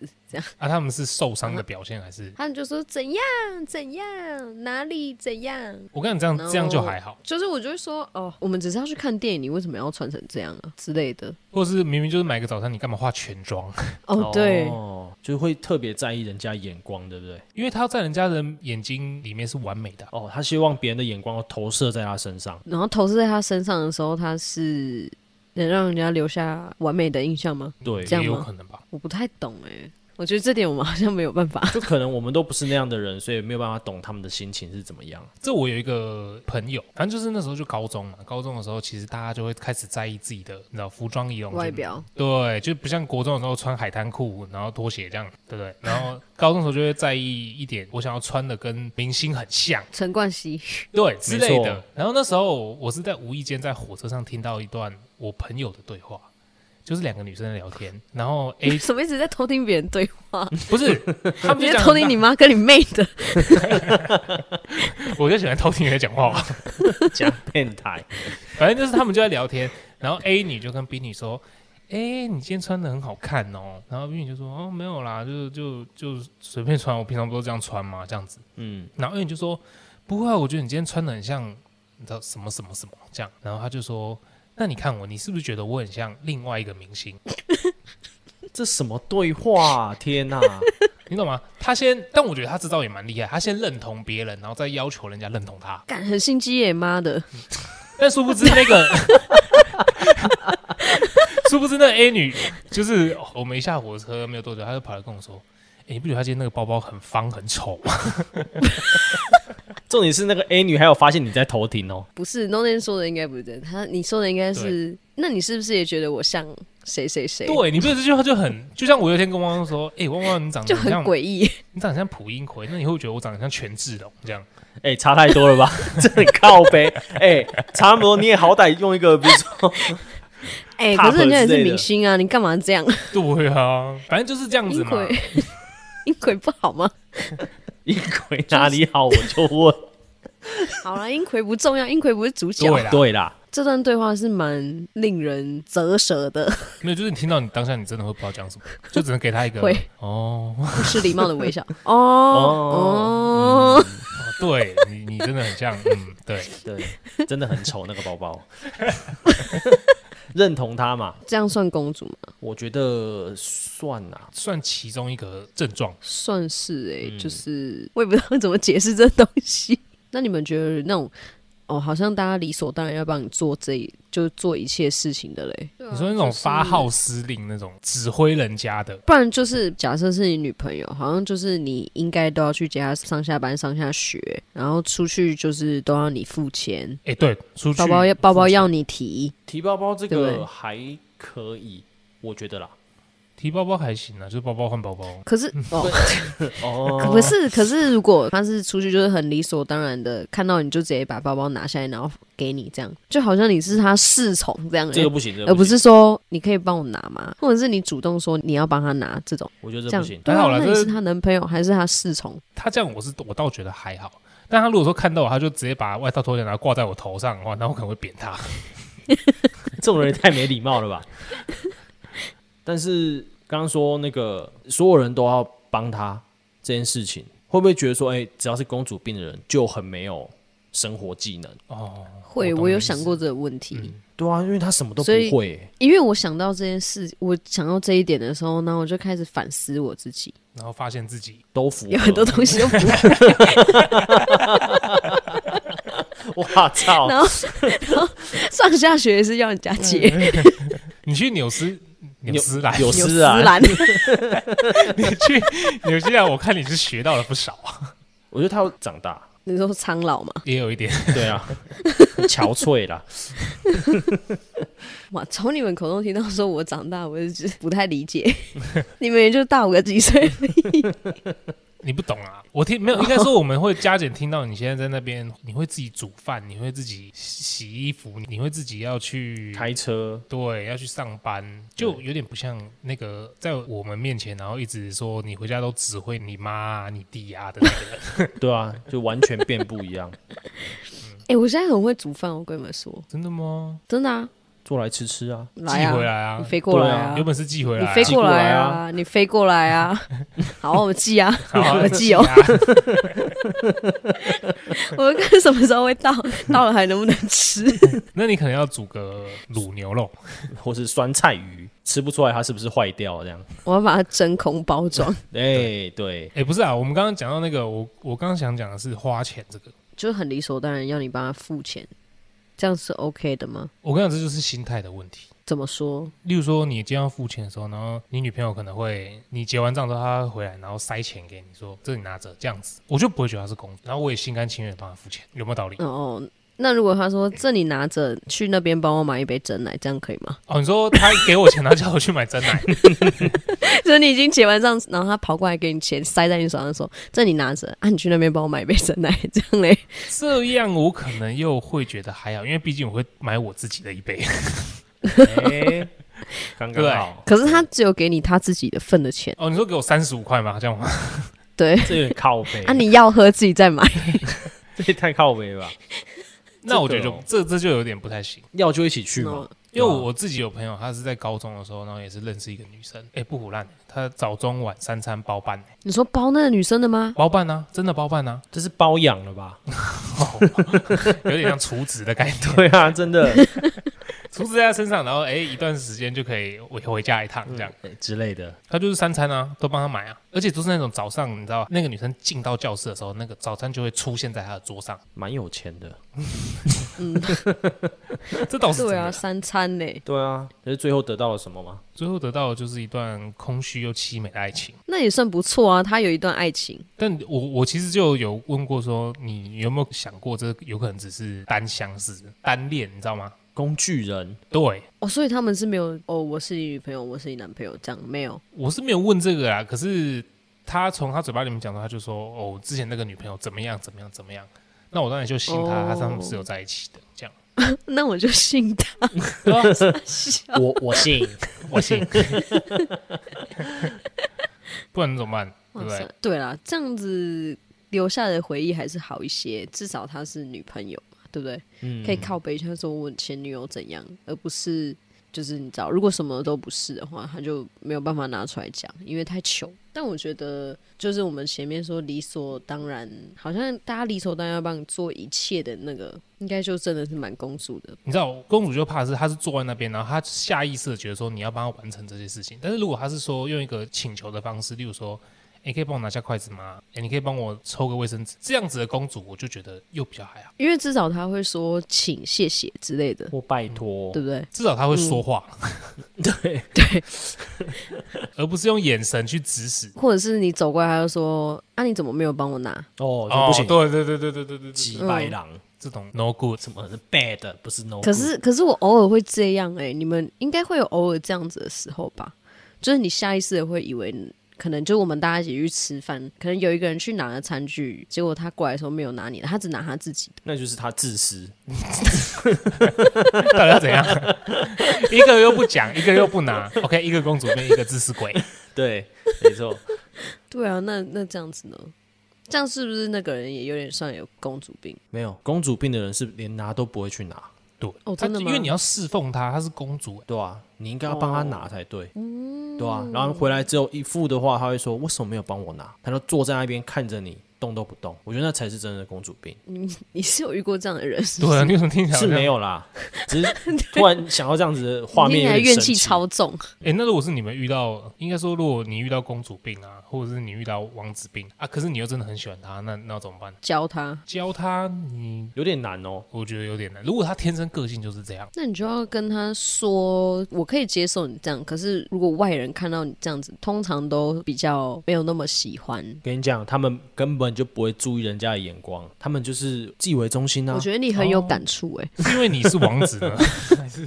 Speaker 1: 啊，他们是受伤的表现还是？
Speaker 2: 他们就说怎样怎样哪里怎样，
Speaker 1: 我跟你这样
Speaker 2: 然后
Speaker 1: 这样就还好，
Speaker 2: 就是我就会说哦，我们只是要去看电影，你为什么要穿成这样啊之类的。
Speaker 1: 或是明明就是买个早餐，你干嘛化全妆？
Speaker 2: 哦，对，
Speaker 3: 哦，就会特别在意人家眼光，对不对？
Speaker 1: 因为他在人家的眼睛里面是完美的，啊
Speaker 3: 哦，他希望别人的眼光投射在他身上，
Speaker 2: 然后投射在他身上的时候，他是能让人家留下完美的印象吗？
Speaker 3: 对，
Speaker 2: 这样
Speaker 1: 也有
Speaker 2: 吗
Speaker 1: 可能吧。
Speaker 2: 我不太懂哎、我觉得这点我们好像没有办 法。
Speaker 3: 就可能我们都不是那样的人，所以没有办法懂他们的心情是怎么样。
Speaker 1: 这我有一个朋友，反正就是那时候就高中嘛，高中的时候其实大家就会开始在意自己的，你知道服装仪容
Speaker 2: 外表，
Speaker 1: 对，就不像国中的时候穿海滩裤，然后拖鞋这样，对不对？然 后高中的时候就会在意一点，我想要穿的跟明星很像，
Speaker 2: 陈冠希，
Speaker 1: 对之类
Speaker 3: 没错
Speaker 1: 的。然后那时候我是在无意间在火车上听到一段我朋友的对话，就是两个女生在聊天， 然后 A
Speaker 2: 什么一直在偷听别人对话？
Speaker 1: 不 是，他们
Speaker 2: 你
Speaker 1: 就
Speaker 2: 在
Speaker 1: 讲
Speaker 2: 偷听你妈跟你妹的？
Speaker 1: 我就喜欢偷听人家讲话。
Speaker 3: 讲变态，
Speaker 1: 反正就是他们就在聊天，然后 A 女就跟 B 女说：“哎、你今天穿的很好看哦。”然后 B 女就说：“哦，没有啦，就就就随便穿，我平常不都这样穿吗？这样子。
Speaker 3: 嗯”，
Speaker 1: 然后 A 女就说：“不会、啊，我觉得你今天穿的很像，你知道什么什么什么这样。”然后她就说：“那你看我，你是不是觉得我很像另外一个明星？
Speaker 3: 这什么对话、啊？天哪、
Speaker 1: 你懂吗？”她先，但我觉得她知道也蛮厉害，她先认同别人，然后再要求人家认同 她。
Speaker 2: 感很心机耶，妈的！
Speaker 1: 但殊不知那个，殊不知那个 A 女，就是哦我们一下火车没有多久，她就跑来跟我说：“哎、你不觉得她今天那个包包很方很丑吗
Speaker 3: 重点是那个 A 女还有发现你在偷听哦，
Speaker 2: 不是 No n a n 说的应该不是真的，他你说的应该是，那你是不是也觉得我像谁谁？”谁？
Speaker 1: 对，你不觉得这句话就很，就像我有一天跟汪汪说：“哎、汪汪，你长得
Speaker 2: 就很
Speaker 1: 像，
Speaker 2: 诡异。
Speaker 1: 你长得像蒲英奎，那你会不会觉得我长得像权志龙这样
Speaker 3: 哎、差太多了吧？ 这很靠背，哎、差那么多，你也好歹用一个，比如说，
Speaker 2: 哎、
Speaker 3: 踏
Speaker 2: 可是人家也
Speaker 3: 之类
Speaker 2: 是
Speaker 3: 的
Speaker 2: 明星啊，你干嘛这样？？”
Speaker 1: 对啊，反正就是这样子
Speaker 2: 英
Speaker 1: 嘛。
Speaker 2: 奎，英奎不好吗？
Speaker 3: 一鬼哪里好我就问。
Speaker 2: 好啦，英奎不重要，英奎不是主角。
Speaker 1: 对啦，
Speaker 3: 对啦，
Speaker 2: 这段对话是蛮令人啧舌的，
Speaker 1: 没有，就是你听到你当下，你真的会不知道讲什么，就只能给她一个
Speaker 2: 会
Speaker 1: 哦
Speaker 2: 不失礼貌的微笑。哦哦，
Speaker 1: 哦，对你，你真的很像，嗯，对，
Speaker 3: 对，真的很丑那个包包，认同他嘛？
Speaker 2: 这样算公主吗？
Speaker 3: 我觉得算啦、
Speaker 1: 算其中一个症状。
Speaker 2: 算是哎、
Speaker 1: 嗯
Speaker 2: 就是我也不知道怎么解释这东西。 那你们觉得那种哦，好像大家理所当然要帮你做这一，就做一切事情的嘞。
Speaker 1: 你说那种发号施令、那种指挥人家的，
Speaker 2: 不然就是假设是你女朋友，好像就是你应该都要去接她上下班、上下学，然后出去就是都要你付钱，
Speaker 1: 哎、对，出去
Speaker 2: 包包要包包要你提，
Speaker 3: 提包包这
Speaker 2: 对不对
Speaker 3: 个还可以，我觉得啦。
Speaker 1: 提包包还行啊，就是包包换包包。
Speaker 2: 可是哦，
Speaker 3: 哦，
Speaker 2: 可是可是如果他是出去就是很理所当然的，看到你就直接把包包拿下来，然后给你这样，就好像你是他侍从这样、
Speaker 3: 这个不行，这个
Speaker 2: 而不
Speaker 3: 行
Speaker 2: 是说你可以帮我拿吗？或者是你主动说你要帮他拿这种，
Speaker 3: 我觉得
Speaker 2: 这
Speaker 3: 这
Speaker 2: 样
Speaker 3: 不行。
Speaker 2: 对
Speaker 1: 还好
Speaker 2: 啊，
Speaker 1: 啦
Speaker 2: 那你
Speaker 1: 这哦
Speaker 2: 是他男朋友还是他侍从？
Speaker 1: 他这样我是我倒觉得还好，但他如果说看到我，他就直接把外套脱下来挂在我头上的话，那我可能会扁他。
Speaker 3: 这种人也太没礼貌了吧？但是刚刚说那个所有人都要帮他这件事情，会不会觉得说，哎、只要是公主病的人就很没有生活技能？
Speaker 1: 哦，
Speaker 2: 会，
Speaker 1: 懂
Speaker 2: 我有
Speaker 1: 你意思
Speaker 2: 想过，这个问题。
Speaker 3: 对啊，因为他什么都不
Speaker 2: 所以
Speaker 3: 会、
Speaker 2: 因为我想到这件事，我想到这一点的时候呢，我就开始反思我自己，
Speaker 1: 然后发现自己
Speaker 3: 啊都符合。
Speaker 2: 有很多东西都不会。
Speaker 3: 我操！
Speaker 2: 然后，然后上下学也是要人家接，
Speaker 1: 你去纽斯纽
Speaker 3: 纽
Speaker 1: 斯兰，
Speaker 3: 纽
Speaker 2: 有
Speaker 3: 斯兰
Speaker 2: 兰
Speaker 1: 你去 纽西兰，我看你是学到了不少啊，
Speaker 3: 我觉得他要长大，
Speaker 2: 你说苍老嘛？
Speaker 1: 也有一点。
Speaker 3: 对啊，很憔悴啦。
Speaker 2: 哇，从你们口中听到说我 长大，我就只是不太理解，你们也就大我个几岁而已。
Speaker 1: 你不懂啊。我听没有，应该说我们会加减听到你现在在那边，你会自己煮饭，你会自己洗洗衣服，你会自己要去
Speaker 3: 开车，
Speaker 1: 对，要去上班，就有点不像那个在我们面前，然后一直说你回家都指挥你妈、啊、你弟啊的那 个人，
Speaker 3: 对啊，就完全变不一样。
Speaker 2: 哎、我现在很会煮饭，我跟你们说，
Speaker 1: 真的吗？
Speaker 2: 真的啊，
Speaker 3: 做来吃吃啊，
Speaker 1: 寄
Speaker 2: 来
Speaker 1: 回
Speaker 2: 啊，
Speaker 1: 来啊
Speaker 2: 你，飞过来
Speaker 3: 对
Speaker 2: 啊，
Speaker 1: 有本事寄回来、
Speaker 2: 你
Speaker 1: 啊，
Speaker 2: 飞
Speaker 3: 过
Speaker 2: 过来
Speaker 3: 来啊
Speaker 2: 啊，你飞过来啊，好，我们寄啊，
Speaker 1: 好啊
Speaker 2: 我们寄哦，我们看什么时候会到，到了还能不能吃？
Speaker 1: 那你可能要煮个卤牛肉，
Speaker 3: 或是酸菜鱼，吃不出来它是不是坏掉这样。
Speaker 2: 我要把它真空包装，
Speaker 3: 哎，对，
Speaker 1: 哎、不是啊，我们刚刚讲到那个，我我刚刚想讲的是花钱这个，
Speaker 2: 就是很理所当然要你帮他付钱，这样是 OK 的吗？
Speaker 1: 我跟你讲，这就是心态的问题。
Speaker 2: 怎么说？
Speaker 1: 例如说，你今天要付钱的时候，然后你女朋友可能会，你结完账之后，她会回来，然后塞钱给你说，这你拿着，这样子，我就不会觉得她是公主，然后我也心甘情愿地帮她付钱，有没有道理？
Speaker 2: 哦，那如果他说这你拿着去那边帮我买一杯真奶，这样可以吗？
Speaker 1: 哦，你说她给我钱，她叫我去买真奶，
Speaker 2: 就是你已经结完账，然后他跑过来给你钱塞在你手上说这你拿着啊，你去那边帮我买一杯真奶，这样嘞？
Speaker 1: 这样我可能又会觉得还好，因为毕竟我会买我自己的一杯。
Speaker 3: 哎，刚刚好，
Speaker 2: 可是他只有给你他自己的份的钱，
Speaker 1: 哦，你说给我三十五块嘛，这样吗？
Speaker 2: 对
Speaker 3: 这有点靠背
Speaker 2: 啊，，你要喝自己再买。
Speaker 3: 这也太靠背了吧？
Speaker 1: 那我觉得
Speaker 3: 这个啊
Speaker 1: 就
Speaker 3: 哦
Speaker 1: 这这就有点不太行。
Speaker 3: 要就一起去嘛
Speaker 2: 哦。
Speaker 1: 因为我自己有朋友，她是在高中的时候，然后也是认识一个女生，哎、不胡烂，她早中晚三餐包办、
Speaker 2: 你说包那个女生 的吗？
Speaker 1: 包办啊，真的包办啊，
Speaker 3: 这是包养了 吧？
Speaker 1: 哦 有点像厨子的概念，
Speaker 3: 对啊，真的
Speaker 1: 厨子在她身上，然后哎、一段时间就可以回回家一趟这样。
Speaker 3: 哎之类的。
Speaker 1: 她就是三餐啊，都帮她买啊，而且都是那种早上，你知道，那个女生进到教室的时候，那个早餐就会出现在她的桌上，
Speaker 3: 蛮有钱的，
Speaker 1: 这倒是真
Speaker 2: 嗯对
Speaker 1: 的。
Speaker 2: 啊，三餐嘞。
Speaker 3: 对啊，可是最后得到了什么吗？
Speaker 1: 最后得到的就是一段空虚又凄美的爱情。
Speaker 2: 那也算不错啊，他有一段爱情，
Speaker 1: 但我我其实就有问过说，你有没有想过，这有可能只是单相思、单恋，你知道吗？
Speaker 3: 工具人，
Speaker 1: 对，
Speaker 2: 哦，所以他们是没有哦，我是你女朋友，我是你男朋友，这样没有
Speaker 1: 我是没有问这个啊，可是他从他嘴巴里面讲到，他就说哦，之前那个女朋友怎么样怎么样怎么样，那我当然就信他，
Speaker 2: 哦
Speaker 1: 他他们是有在一起的，这样。
Speaker 2: 那我就信他。
Speaker 3: 我我信，
Speaker 1: 我信， 不然你怎么办？对不
Speaker 2: 哇
Speaker 1: 对
Speaker 2: 塞？对啦，这样子留下的回忆还是好一些，至少她是女朋友嘛，对不对？
Speaker 3: 嗯
Speaker 2: 可以靠背一下说我前女友怎样，而不是就是你知道，如果什么都不是的话，他就没有办法拿出来讲，因为太糗。但我觉得，就是我们前面说理所当然，好像大家理所当然要帮你做一切的那个，应该就真的是蛮公主的。
Speaker 1: 你知道公主就怕是她是坐在那边，然后她下意识的觉得说你要帮她完成这些事情，但是如果她是说用一个请求的方式，例如说，哎、你可以帮我拿下筷子吗？哎、你可以帮我抽个卫生纸，这样子的公主我就觉得又比较还好，
Speaker 2: 因为至少他会说请、谢谢之类的，
Speaker 3: 或拜托
Speaker 2: 对，不对？
Speaker 1: 至少她会说话，
Speaker 3: 嗯对，
Speaker 1: 而不是用眼神去指使。
Speaker 2: 或者是你走过来，他就说：“啊，你怎么没有帮我拿
Speaker 3: 哦，嗯这不行，
Speaker 1: 对对对对对对对对，
Speaker 3: 几白狼，
Speaker 1: 这种 no good，
Speaker 3: 什么是 bad，不是 no，
Speaker 2: 可
Speaker 3: good
Speaker 2: 是，可是我偶尔会这样哎、你们应该会有偶尔这样子的时候吧？就是你下意识的会以为，可能就我们大家一起去吃饭，可能有一个人去拿了餐具，结果他过来的时候没有拿你的，他只拿他自己的。
Speaker 3: 那就是他自私，
Speaker 1: 到底要怎样？ 一个又不讲，一个又不拿。OK，一个公主变一个自私鬼，
Speaker 3: 哦对， 没错，
Speaker 2: 对啊，那那这样子呢？这样是不是那个人也有点算有公主病？
Speaker 3: 没有公主病的人是连拿都不会去拿，
Speaker 1: 对，
Speaker 2: 哦
Speaker 1: 她
Speaker 2: 真的吗
Speaker 1: 因为你要侍奉她，她是公主，欸
Speaker 3: 对啊，你应该要帮他拿才
Speaker 2: 哦
Speaker 3: 对，
Speaker 2: 嗯
Speaker 3: 对啊，然后回来之后一付的话，他会说为什么没有帮我拿？他就坐在那边看着你动都不动，我觉得那才是真的公主病，
Speaker 2: 你是有遇过这样的人是不
Speaker 1: 对啊，
Speaker 2: 是？
Speaker 1: 你怎么听起来好
Speaker 3: 是
Speaker 1: 像
Speaker 3: 没？有啦，只是突然想到这样子的画面
Speaker 2: 你
Speaker 3: 有
Speaker 2: 还
Speaker 3: 点
Speaker 2: 怨
Speaker 3: 生
Speaker 2: 气超重，
Speaker 1: 哎、那如果是你们遇到，应该说，如果你遇到公主病啊，或者是你遇到王子病啊，可是你又真的很喜欢她，那那怎么办？
Speaker 2: 教他。
Speaker 1: 教她你，
Speaker 3: 有点难哦，
Speaker 1: 我觉得有点难。如果她天生个性就是这样，
Speaker 2: 那你就要跟他说，我可以接受你这样，可是如果外人看到你这样子，通常都比较没有那么喜欢。
Speaker 3: 跟你讲，他们根本们就不会注意人家的眼光，他们就是自以为中心啊哦
Speaker 2: 我。觉得你很有感触哎、
Speaker 1: 是因为你是王子呢？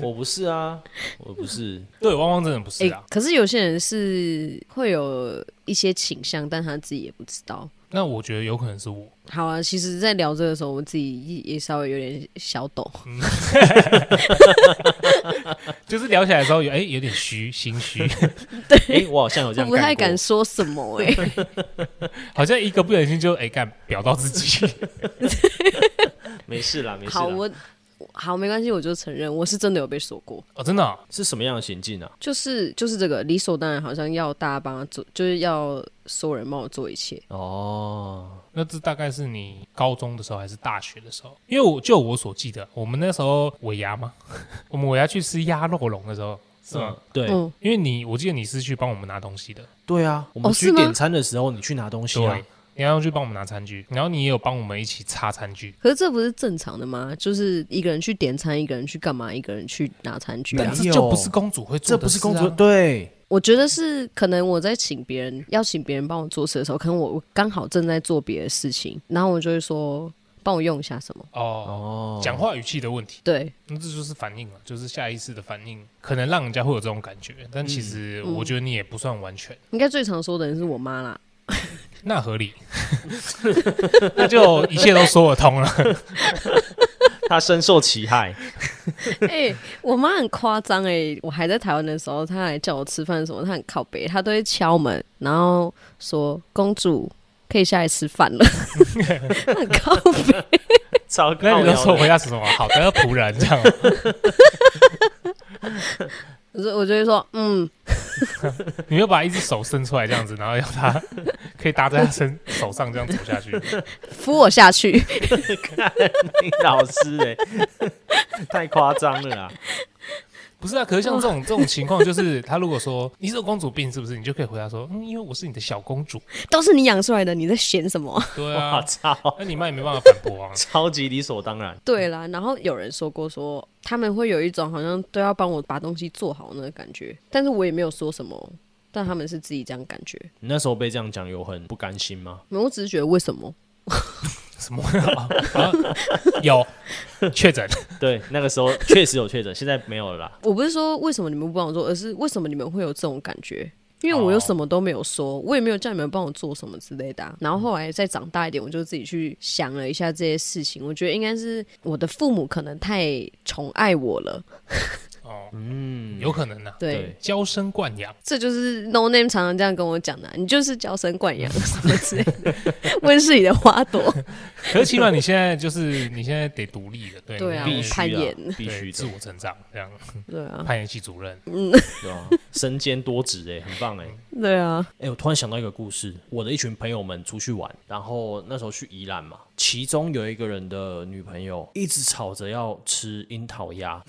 Speaker 3: 我不是啊，我不 是。
Speaker 1: 对，汪汪真的不是
Speaker 2: 哎、
Speaker 1: 啊。
Speaker 2: 可是有些人是会有一些倾向，但他自己也不知道。
Speaker 1: 那我觉得有可能是我，
Speaker 2: 好啊，其实，在聊这个时候，我们自己也也稍微有点小抖。
Speaker 1: 就是聊起来的时候有哎、有点虚心虚，
Speaker 3: 哎、我好像有这
Speaker 2: 我
Speaker 3: 样
Speaker 2: 不太
Speaker 3: 干过
Speaker 2: 敢说什么哎、
Speaker 1: 好像一个不小心就哎干、表到自己。
Speaker 3: 没事啦，没事啦。
Speaker 2: 好，哦我好没关系，我就承认我是真的有被说过，
Speaker 1: 哦，真的哦、
Speaker 3: 是什么样的行径啊？
Speaker 2: 就是就是这个理所当然，好像要大家帮他做，就是要所有人帮我做一切。
Speaker 3: 哦，
Speaker 1: 那这大概是你高中的时候还是大学的时候？因为我就我所记得，我们那时候尾牙嘛， 我们尾牙去吃鸭肉龙的时候，是吗？
Speaker 3: 嗯？对、
Speaker 2: 嗯，
Speaker 1: 因为你，我记得你是去帮我们拿东西的，
Speaker 3: 对啊，我们
Speaker 2: 哦
Speaker 3: 去
Speaker 2: 是吗
Speaker 3: 点餐的时候，你去拿东西啊
Speaker 1: 对。，你要去帮我们拿餐具，然后你也有帮我们一起擦餐具。
Speaker 2: 可是这不是正常的吗？就是一个人去点餐，一个人去干嘛，一个人去拿餐具
Speaker 1: 但
Speaker 2: 啊
Speaker 3: 没。
Speaker 1: 这
Speaker 3: 有
Speaker 1: 就不是公主会做
Speaker 3: 这
Speaker 1: 的
Speaker 3: 不
Speaker 1: 事
Speaker 3: 是
Speaker 1: 啊、
Speaker 3: 工作，对，
Speaker 2: 我觉得是可能我在请别人要请别人帮我做事的时候，可能我刚好正在做别的事情，然后我就会说帮我用一下什么。
Speaker 1: 哦，
Speaker 3: 哦，
Speaker 1: 讲话语气的问题，
Speaker 2: 对，
Speaker 1: 那这就是反应了，就是下意识的反应，可能让人家会有这种感觉，但其实我觉得你也不算完全，
Speaker 2: 应该最常说的人是我妈啦。
Speaker 1: 那合理， 那就一切都说得通了。
Speaker 3: 他深受其 害。
Speaker 2: 哎、我妈很夸张哎！我还在台湾的时候，她来叫我吃饭什么，她很靠北，她都会敲门，然后说：“公主可以下来吃饭了。”很靠北，
Speaker 3: 糟
Speaker 1: 那
Speaker 3: 糕
Speaker 1: 你那时候回答是什么？好的，仆人这样。
Speaker 2: 我就我就会说：“嗯，
Speaker 1: 你就把一只手伸出来这样子，然后要他可以搭在他身手上这样走下去。
Speaker 2: 扶我下去。
Speaker 3: 老师哎、 太夸张了啊！
Speaker 1: 不是啊，可是像这种这种情况，就是他如果说你是有公主病是不是，你就可以回答说，嗯，因为我是你的小公主。”
Speaker 2: 都是你养出来的，你在嫌什么？
Speaker 1: 对
Speaker 3: 我
Speaker 1: 啊，
Speaker 3: 操，
Speaker 1: 那你妈也没办法反驳啊。
Speaker 3: 超级理所当然。
Speaker 2: 对啦，然后有人说过说他们会有一种好像都要帮我把东西做好那个感觉，但是我也没有说什么，但他们是自己这样感觉。
Speaker 3: 你那时候被这样讲，有很不甘心吗？
Speaker 2: 我只是觉得为什么？
Speaker 1: 什么 啊？有确诊，
Speaker 3: 对，那个时候确实有确诊，现在没有了啦。
Speaker 2: 我不是说为什么你们不帮我做，而是为什么你们会有这种感觉？因为我又什么都没有说，我也没有叫你们帮我做什么之类的啊、然后后来再长大一点，我就自己去想了一下这些事情。我觉得应该是我的父母可能太宠爱我了，
Speaker 3: 嗯，
Speaker 1: 有可能啊。
Speaker 2: 对，
Speaker 3: 对
Speaker 1: 娇生惯养，
Speaker 2: 这就是 No Name 常常这样跟我讲的啊、你就是娇生惯养啊 什么之类的，温室里的花 朵。
Speaker 1: 可是起码你现在就是你现在得独立了，对
Speaker 2: 对啊
Speaker 1: 你
Speaker 3: 必
Speaker 1: 现
Speaker 3: 须
Speaker 1: 在
Speaker 2: 我攀
Speaker 3: 啊
Speaker 2: 岩
Speaker 3: 必
Speaker 1: 对
Speaker 3: 须
Speaker 1: 自
Speaker 3: 的，
Speaker 1: 我成长，这样
Speaker 2: 对啊，
Speaker 1: 攀岩系主任，
Speaker 3: 对啊，身兼多职哎、很棒哎、
Speaker 2: 对啊，
Speaker 3: 哎、我突然想到一个故事，我的一群朋友们出去玩，然后那时候去宜兰嘛，其中有一个人的女朋友一直吵着要吃樱桃鸭，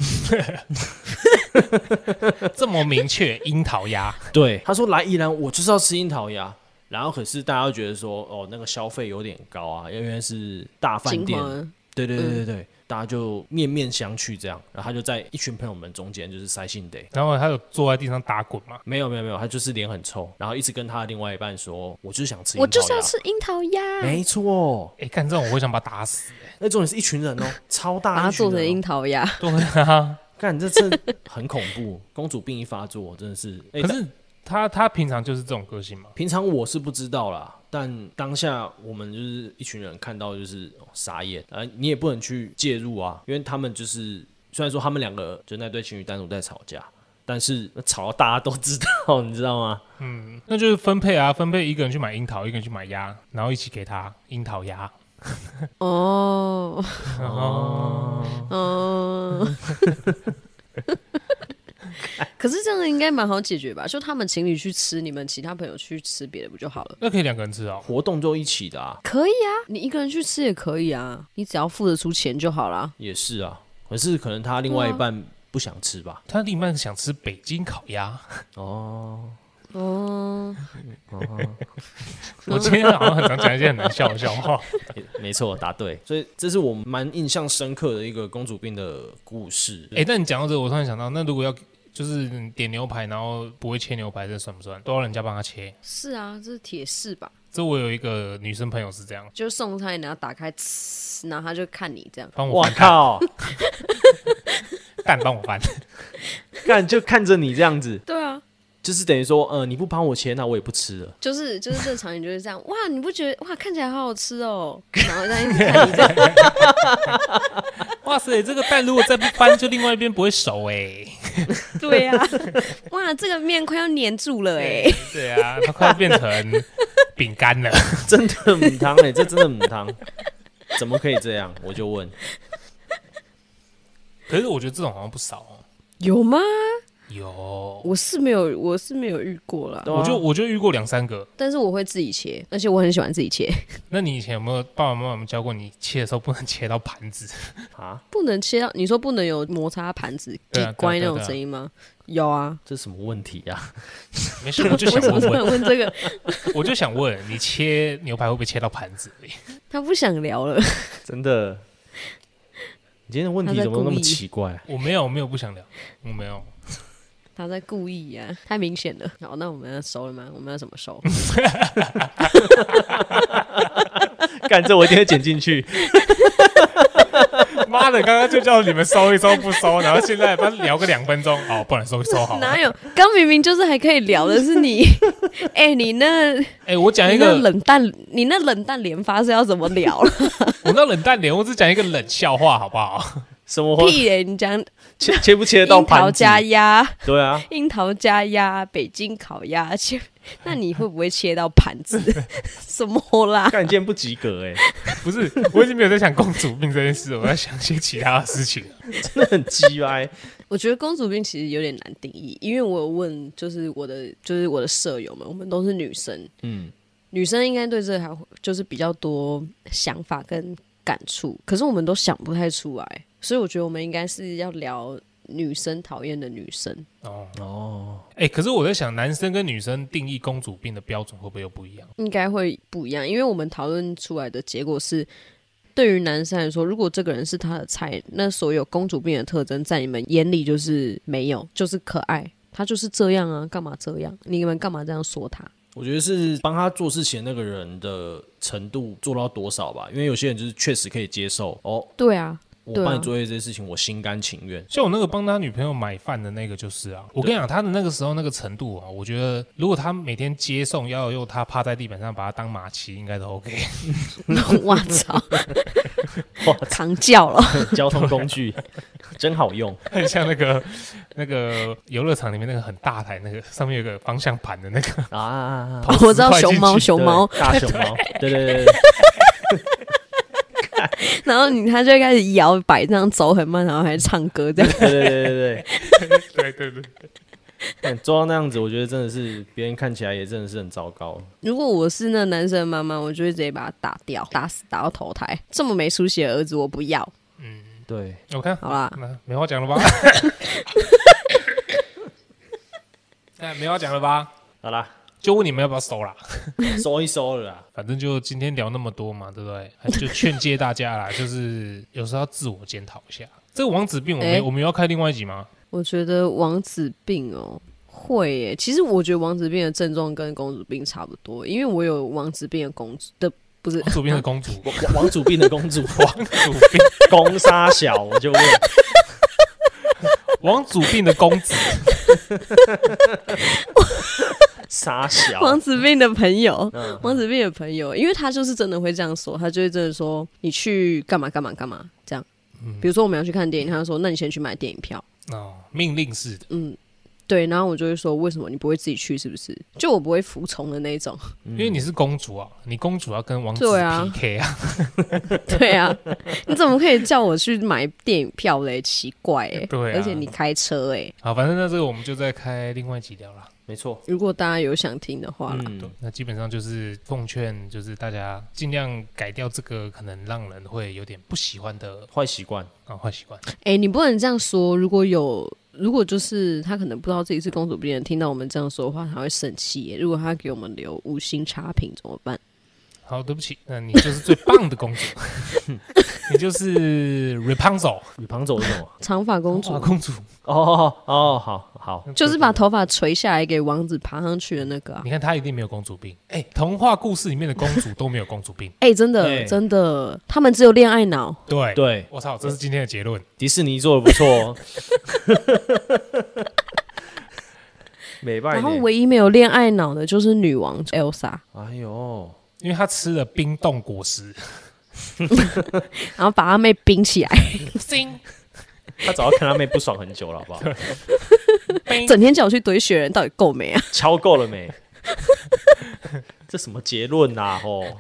Speaker 1: 这么明确，樱桃鸭，
Speaker 3: 对，她说来宜兰我就是要吃樱桃鸭，然后可是大家都觉得说哦那个消费有点高啊，因为是大饭
Speaker 2: 金
Speaker 3: 店，
Speaker 2: 黄
Speaker 3: 对对对对对，大家就面面相觑这样，然后她就在一群朋友们中间就是塞信得。
Speaker 1: 然后他有坐在地上打滚嘛？
Speaker 3: 没有没有没有，她就是脸很臭，然后一直跟她的另外一半说：“我就是想吃樱桃
Speaker 2: 我
Speaker 3: 鸭。”
Speaker 2: 就是要吃樱桃鸭，
Speaker 3: 没错，
Speaker 1: 哎，看这种我会想把他打死。
Speaker 3: 那重点是一群人哦， 超
Speaker 2: 把
Speaker 3: 大
Speaker 2: 它
Speaker 3: 一群
Speaker 2: 做
Speaker 3: 人、
Speaker 2: 成樱
Speaker 3: 哦。
Speaker 2: 桃鸭。
Speaker 1: 对啊，
Speaker 3: 干，这真的很恐怖。公主病一发作，真的是。哎
Speaker 1: 可
Speaker 3: 但
Speaker 1: 是他他平常就是这种个性嘛？
Speaker 3: 平常我是不知道啦，但当下我们就是一群人看到就是、哦傻眼，呃，你也不能去介入啊，因为他们就是虽然说他们两个就那对情侣单独在吵架，但是吵到大家都知道， 你知道吗？
Speaker 1: 那就是分配啊，分配一个人去买樱桃，一个人去买鸭，然后一起给他樱桃鸭。
Speaker 2: 哦，
Speaker 1: 哦，
Speaker 2: 嗯。 可是这样应该蛮好解决吧？就他们情侣去吃，你们其他朋友去吃别的不就好了？
Speaker 1: 那可以两个人吃哦。
Speaker 3: 活动就一起的啊，
Speaker 2: 可以啊，你一个人去吃也可以啊，你只要付得出钱就好啦。
Speaker 3: 也是啊，可是可能他另外一半不想吃吧。
Speaker 1: 他另一半想吃北京烤鸭，
Speaker 3: 哦，
Speaker 2: 哦，
Speaker 1: 我今天好像很常讲一些很难笑的笑话。
Speaker 3: 没错，答对。所以这是我蛮印象深刻的一个公主病的故事。
Speaker 1: 哎哎、但你讲到这个，我突然想到，那如果要就是你点牛排然后不会切牛排，这算不算？都要人家帮他切。
Speaker 2: 是啊，这是铁事吧？
Speaker 1: 这我有一个女生朋友是这样，
Speaker 2: 就是送菜，然后打开，呲然后他就看你这样，
Speaker 1: 帮我
Speaker 3: 我
Speaker 1: 翻蛋，
Speaker 3: 靠，
Speaker 1: 蛋帮我翻。
Speaker 3: 干就看着你这样子，
Speaker 2: 对啊，
Speaker 3: 就是等于说，呃，你不帮我切，那我也不吃了。
Speaker 2: 就是就是正常人就是这 样，哇，你不觉得哇看起来好好吃 哦，然后在一直看你这样，
Speaker 1: 哇塞，这个蛋如果再不翻，就另外一边不会熟哎、
Speaker 2: 对呀、啊， 哇，这个面快要粘住了哎、
Speaker 1: 对对啊，它快要变成饼干了。
Speaker 3: 真的母汤哎、这真的母汤，怎么可以这样？我就问，
Speaker 1: 可是我觉得这种好像不少哦。
Speaker 2: 有吗？
Speaker 1: 有，
Speaker 2: 我是没有，我是没有遇过啦，
Speaker 3: 对啊
Speaker 1: 我就我就遇过两三个。
Speaker 2: 但是我会自己切，而且我很喜欢自己切，
Speaker 1: 那你以前有没有爸爸妈妈有没有教过你切的时候不能切到盘子？
Speaker 3: 啊，
Speaker 2: 不能切到你说不能有摩擦盘子
Speaker 1: 对啊对
Speaker 2: 叽
Speaker 1: 啊
Speaker 2: 乖那
Speaker 1: 对啊
Speaker 2: 种
Speaker 1: 对啊
Speaker 2: 声音吗？有啊，
Speaker 3: 这什么问题啊呀、
Speaker 1: 没事，我就想
Speaker 2: 为什么
Speaker 1: 问
Speaker 2: 不能
Speaker 1: 问，
Speaker 2: 问这个？
Speaker 1: 我就想问你切牛排会不会切到盘子里？
Speaker 2: 他不想聊了，
Speaker 3: 真的，你今天的问题
Speaker 2: 他在
Speaker 3: 怎么那
Speaker 2: 故
Speaker 3: 么
Speaker 2: 意
Speaker 3: 奇怪？啊
Speaker 1: 我没有，我没有不想聊，我没有。
Speaker 2: 他在故意呀、太明显了。好，那我们要收了吗？我们要怎么收？
Speaker 3: 干这我一定会剪 进去。
Speaker 1: 妈的，刚刚就叫你们收一收不收，然后现在把聊个两分钟， 哦，不然收一收好了。
Speaker 2: 哪有？刚明明就是还可以聊的是 你，哎、你那
Speaker 1: 哎、我讲
Speaker 2: 你
Speaker 1: 一
Speaker 2: 那
Speaker 1: 个，哦
Speaker 2: 冷淡，你那冷淡连发是要怎么聊了？
Speaker 1: 我那冷淡脸，我只讲一个冷笑话好不好？
Speaker 3: 什么花
Speaker 2: 屁嘞、你讲
Speaker 3: 切切不切得到
Speaker 2: 樱桃
Speaker 3: 盘子？
Speaker 2: 加鸭、
Speaker 3: 对啊，
Speaker 2: 樱桃加鸭、北京烤鸭切，那你会不会切到盘 子？什么啦？
Speaker 3: 干你今天不及格哎、
Speaker 1: 不是，我已经没有在想公主病这件事，我在想一些其他的事情。
Speaker 3: 真的很鸡歪。
Speaker 2: 我觉得公主病其实有点难定义，因为我有问，就是我的，就是我的舍友们，我们都是女生，
Speaker 3: 嗯，
Speaker 2: 女生应该对这个还会就是比较多想法跟感触，可是我们都想不太出来，所以我觉得我们应该是要聊女生讨厌的女生。
Speaker 1: 哦，
Speaker 3: 哦，
Speaker 1: 哎、可是我在想，男生跟女生定义公主病的标准会不会又不一样？
Speaker 2: 应该会不一样，因为我们讨论出来的结果是，对于男生来说，如果这个人是他的菜，那所有公主病的特征在你们眼里就是没有，就是可爱，他就是这样啊，干嘛这样？你们干嘛这样说他？
Speaker 3: 我觉得是帮他做事情的那个人的程度做到多少吧，因为有些人就是确实可以接受哦，
Speaker 2: 对啊，
Speaker 3: 我
Speaker 2: 对啊
Speaker 3: 帮你做这些事情，我心甘情愿。
Speaker 1: 像我那个帮他女朋友买饭的那个就是啊，我跟你讲，他的那个时候那个程度啊，我觉得如果他每天接送要用他趴在地板上把他当马骑，应该都 OK。
Speaker 2: 我操，
Speaker 3: 哇，
Speaker 2: 扛叫了，
Speaker 3: 交通工具真好用。
Speaker 1: 很像那个那个游乐场里面那个很大台那个上面有个方向盘的那个，
Speaker 3: 啊，
Speaker 1: 跑
Speaker 2: 哦我知道
Speaker 1: 10块进
Speaker 2: 熊猫
Speaker 1: 去
Speaker 2: 熊猫，
Speaker 3: 对大熊 猫，对对对对，
Speaker 2: 然后你他就会开始摇摆，这样走很慢，然后还唱歌这样。
Speaker 3: 对对对对
Speaker 1: 对对对，
Speaker 3: 对，做到那样子，我觉得真的是别人看起来也真的是很糟糕。
Speaker 2: 如果我是那男生的妈妈，我就会直接把他打掉，打死打到投胎。这么没出息的儿子，我不要。
Speaker 3: 对，
Speaker 1: 我看
Speaker 2: 好啦，
Speaker 1: 那没话讲了吧？ 那哎没话讲了吧？
Speaker 3: 好啦，
Speaker 1: 就问你们要不要收啦？
Speaker 3: 收一收了啦。
Speaker 1: 反正就今天聊那么多嘛，对不对？哎就劝诫大家啦，就是有时候要自我检讨一下。这个王子病，我们、
Speaker 2: 哎
Speaker 1: 我们要开另外一集吗？
Speaker 2: 我觉得王子病哦，会耶。其实我觉得王子病的症状跟公主病差不多，因为我有王子病的公主的，不是
Speaker 1: 王主病的公主，
Speaker 3: 王王主病的公主，
Speaker 1: 王主病，
Speaker 3: 公杀小，我就问，
Speaker 1: 王主病的公子，
Speaker 3: 杀小，
Speaker 2: 王子病的朋友。
Speaker 3: 嗯，
Speaker 2: 王子病的朋友，因为他就是真的会这样说，他就会真的说你去干嘛干嘛干嘛这样。
Speaker 1: 嗯
Speaker 2: 比如说我们要去看电影，他就说那你先去买电影票。
Speaker 1: 哦，命令式的，
Speaker 2: 嗯，对，然后我就会说，为什么你不会自己去？是不是？就我不会服从的那一种。
Speaker 3: 嗯
Speaker 1: 因为你是公主啊，你公主要跟王子
Speaker 2: 对啊
Speaker 1: PK 啊，
Speaker 2: 对啊，你怎么可以叫我去买电影票嘞？奇怪哎、
Speaker 1: 对啊
Speaker 2: 而且你开车哎、
Speaker 1: 好，反正那这个我们就再开另外一集聊啦。
Speaker 3: 没错，
Speaker 2: 如果大家有想听的话啦，
Speaker 1: 对
Speaker 3: 嗯，，
Speaker 1: 那基本上就是奉劝，就是大家尽量改掉这个可能让人会有点不喜欢的
Speaker 3: 坏习惯，
Speaker 1: 啊坏习惯。
Speaker 2: 哎、你不能这样说。如果有，如果就是他可能不知道自己是公主病人，听到我们这样说的话，他会生气耶、如果他给我们留五星差评怎么办？
Speaker 1: 好，对不起，那你就是最棒的公主， 你就是 Rapunzel 啊
Speaker 3: 女旁走是什么？
Speaker 2: 长发公主
Speaker 1: 哇，公主。
Speaker 3: 哦哦，好，好，
Speaker 1: 嗯
Speaker 2: 就是把头发垂下来给王子爬上去的那个啊。
Speaker 1: 你看他一定没有公主病。哎、童话故事里面的公主都没有公主病。
Speaker 2: 哎、真的、
Speaker 3: 对
Speaker 2: 真的，他们只有恋爱脑。
Speaker 1: 对，
Speaker 3: 对，
Speaker 1: 我操，这是今天的结论。
Speaker 3: 迪士尼做的不错 哦。 美拜
Speaker 2: 然后
Speaker 3: 呢，
Speaker 2: 唯一没有恋爱脑的就是女王 Elsa，
Speaker 3: 哎呦，
Speaker 1: 因为他吃了冰冻果实，
Speaker 2: 然后把她妹冰起来，
Speaker 1: 冰
Speaker 3: 他早就看他妹不爽很久了，好不好？
Speaker 1: 冰
Speaker 2: 整天叫我去怼雪人，到底够没啊？
Speaker 3: 敲够了没？ 这什么结论呐、啊？哦，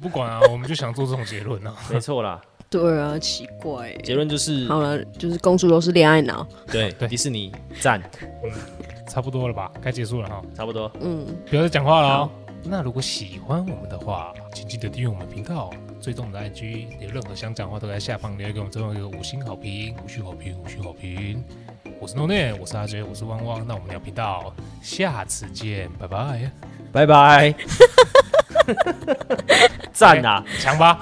Speaker 1: 不管啊，我们就想做这种结论啊。
Speaker 3: 没错啦，
Speaker 2: 对啊，奇怪、
Speaker 3: 结论就是
Speaker 2: 好了，就是公主都是恋爱脑。
Speaker 3: 对
Speaker 1: 对
Speaker 3: 迪士尼赞，
Speaker 1: 差不多了吧，该结束了哈，
Speaker 3: 差不多。
Speaker 2: 嗯，
Speaker 1: 不要再讲话了哦。那如果喜欢我们的话，请记得订阅我们频道，哦追踪我们的 IG。有任何想讲的话，都在下方留言给我们，最后一个五星好评，无需好评，无需好评。我是 No n a 我是阿杰，我是汪汪。那我们聊频道，哦下次见，拜拜。
Speaker 3: 拜拜，赞啊！
Speaker 1: 强 吧，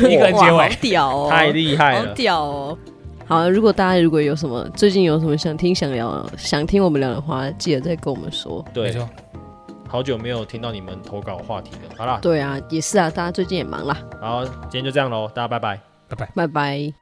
Speaker 1: 一个人结
Speaker 2: 哇
Speaker 1: 尾
Speaker 2: 好。屌哦，
Speaker 3: 太厉害
Speaker 2: 好
Speaker 3: 了，
Speaker 2: 屌哦！好，如果大家如果有什么最近有什么想听、想聊、想听我们聊的话，记得再跟我们说。
Speaker 1: 没
Speaker 3: 对，
Speaker 1: 错，
Speaker 3: 好久没有听到你们投稿话题了。好啦，
Speaker 2: 对啊，也是啊，大家最近也忙啦，
Speaker 3: 然后今天就这样喽，大家拜拜。
Speaker 1: 拜拜。
Speaker 2: 拜拜。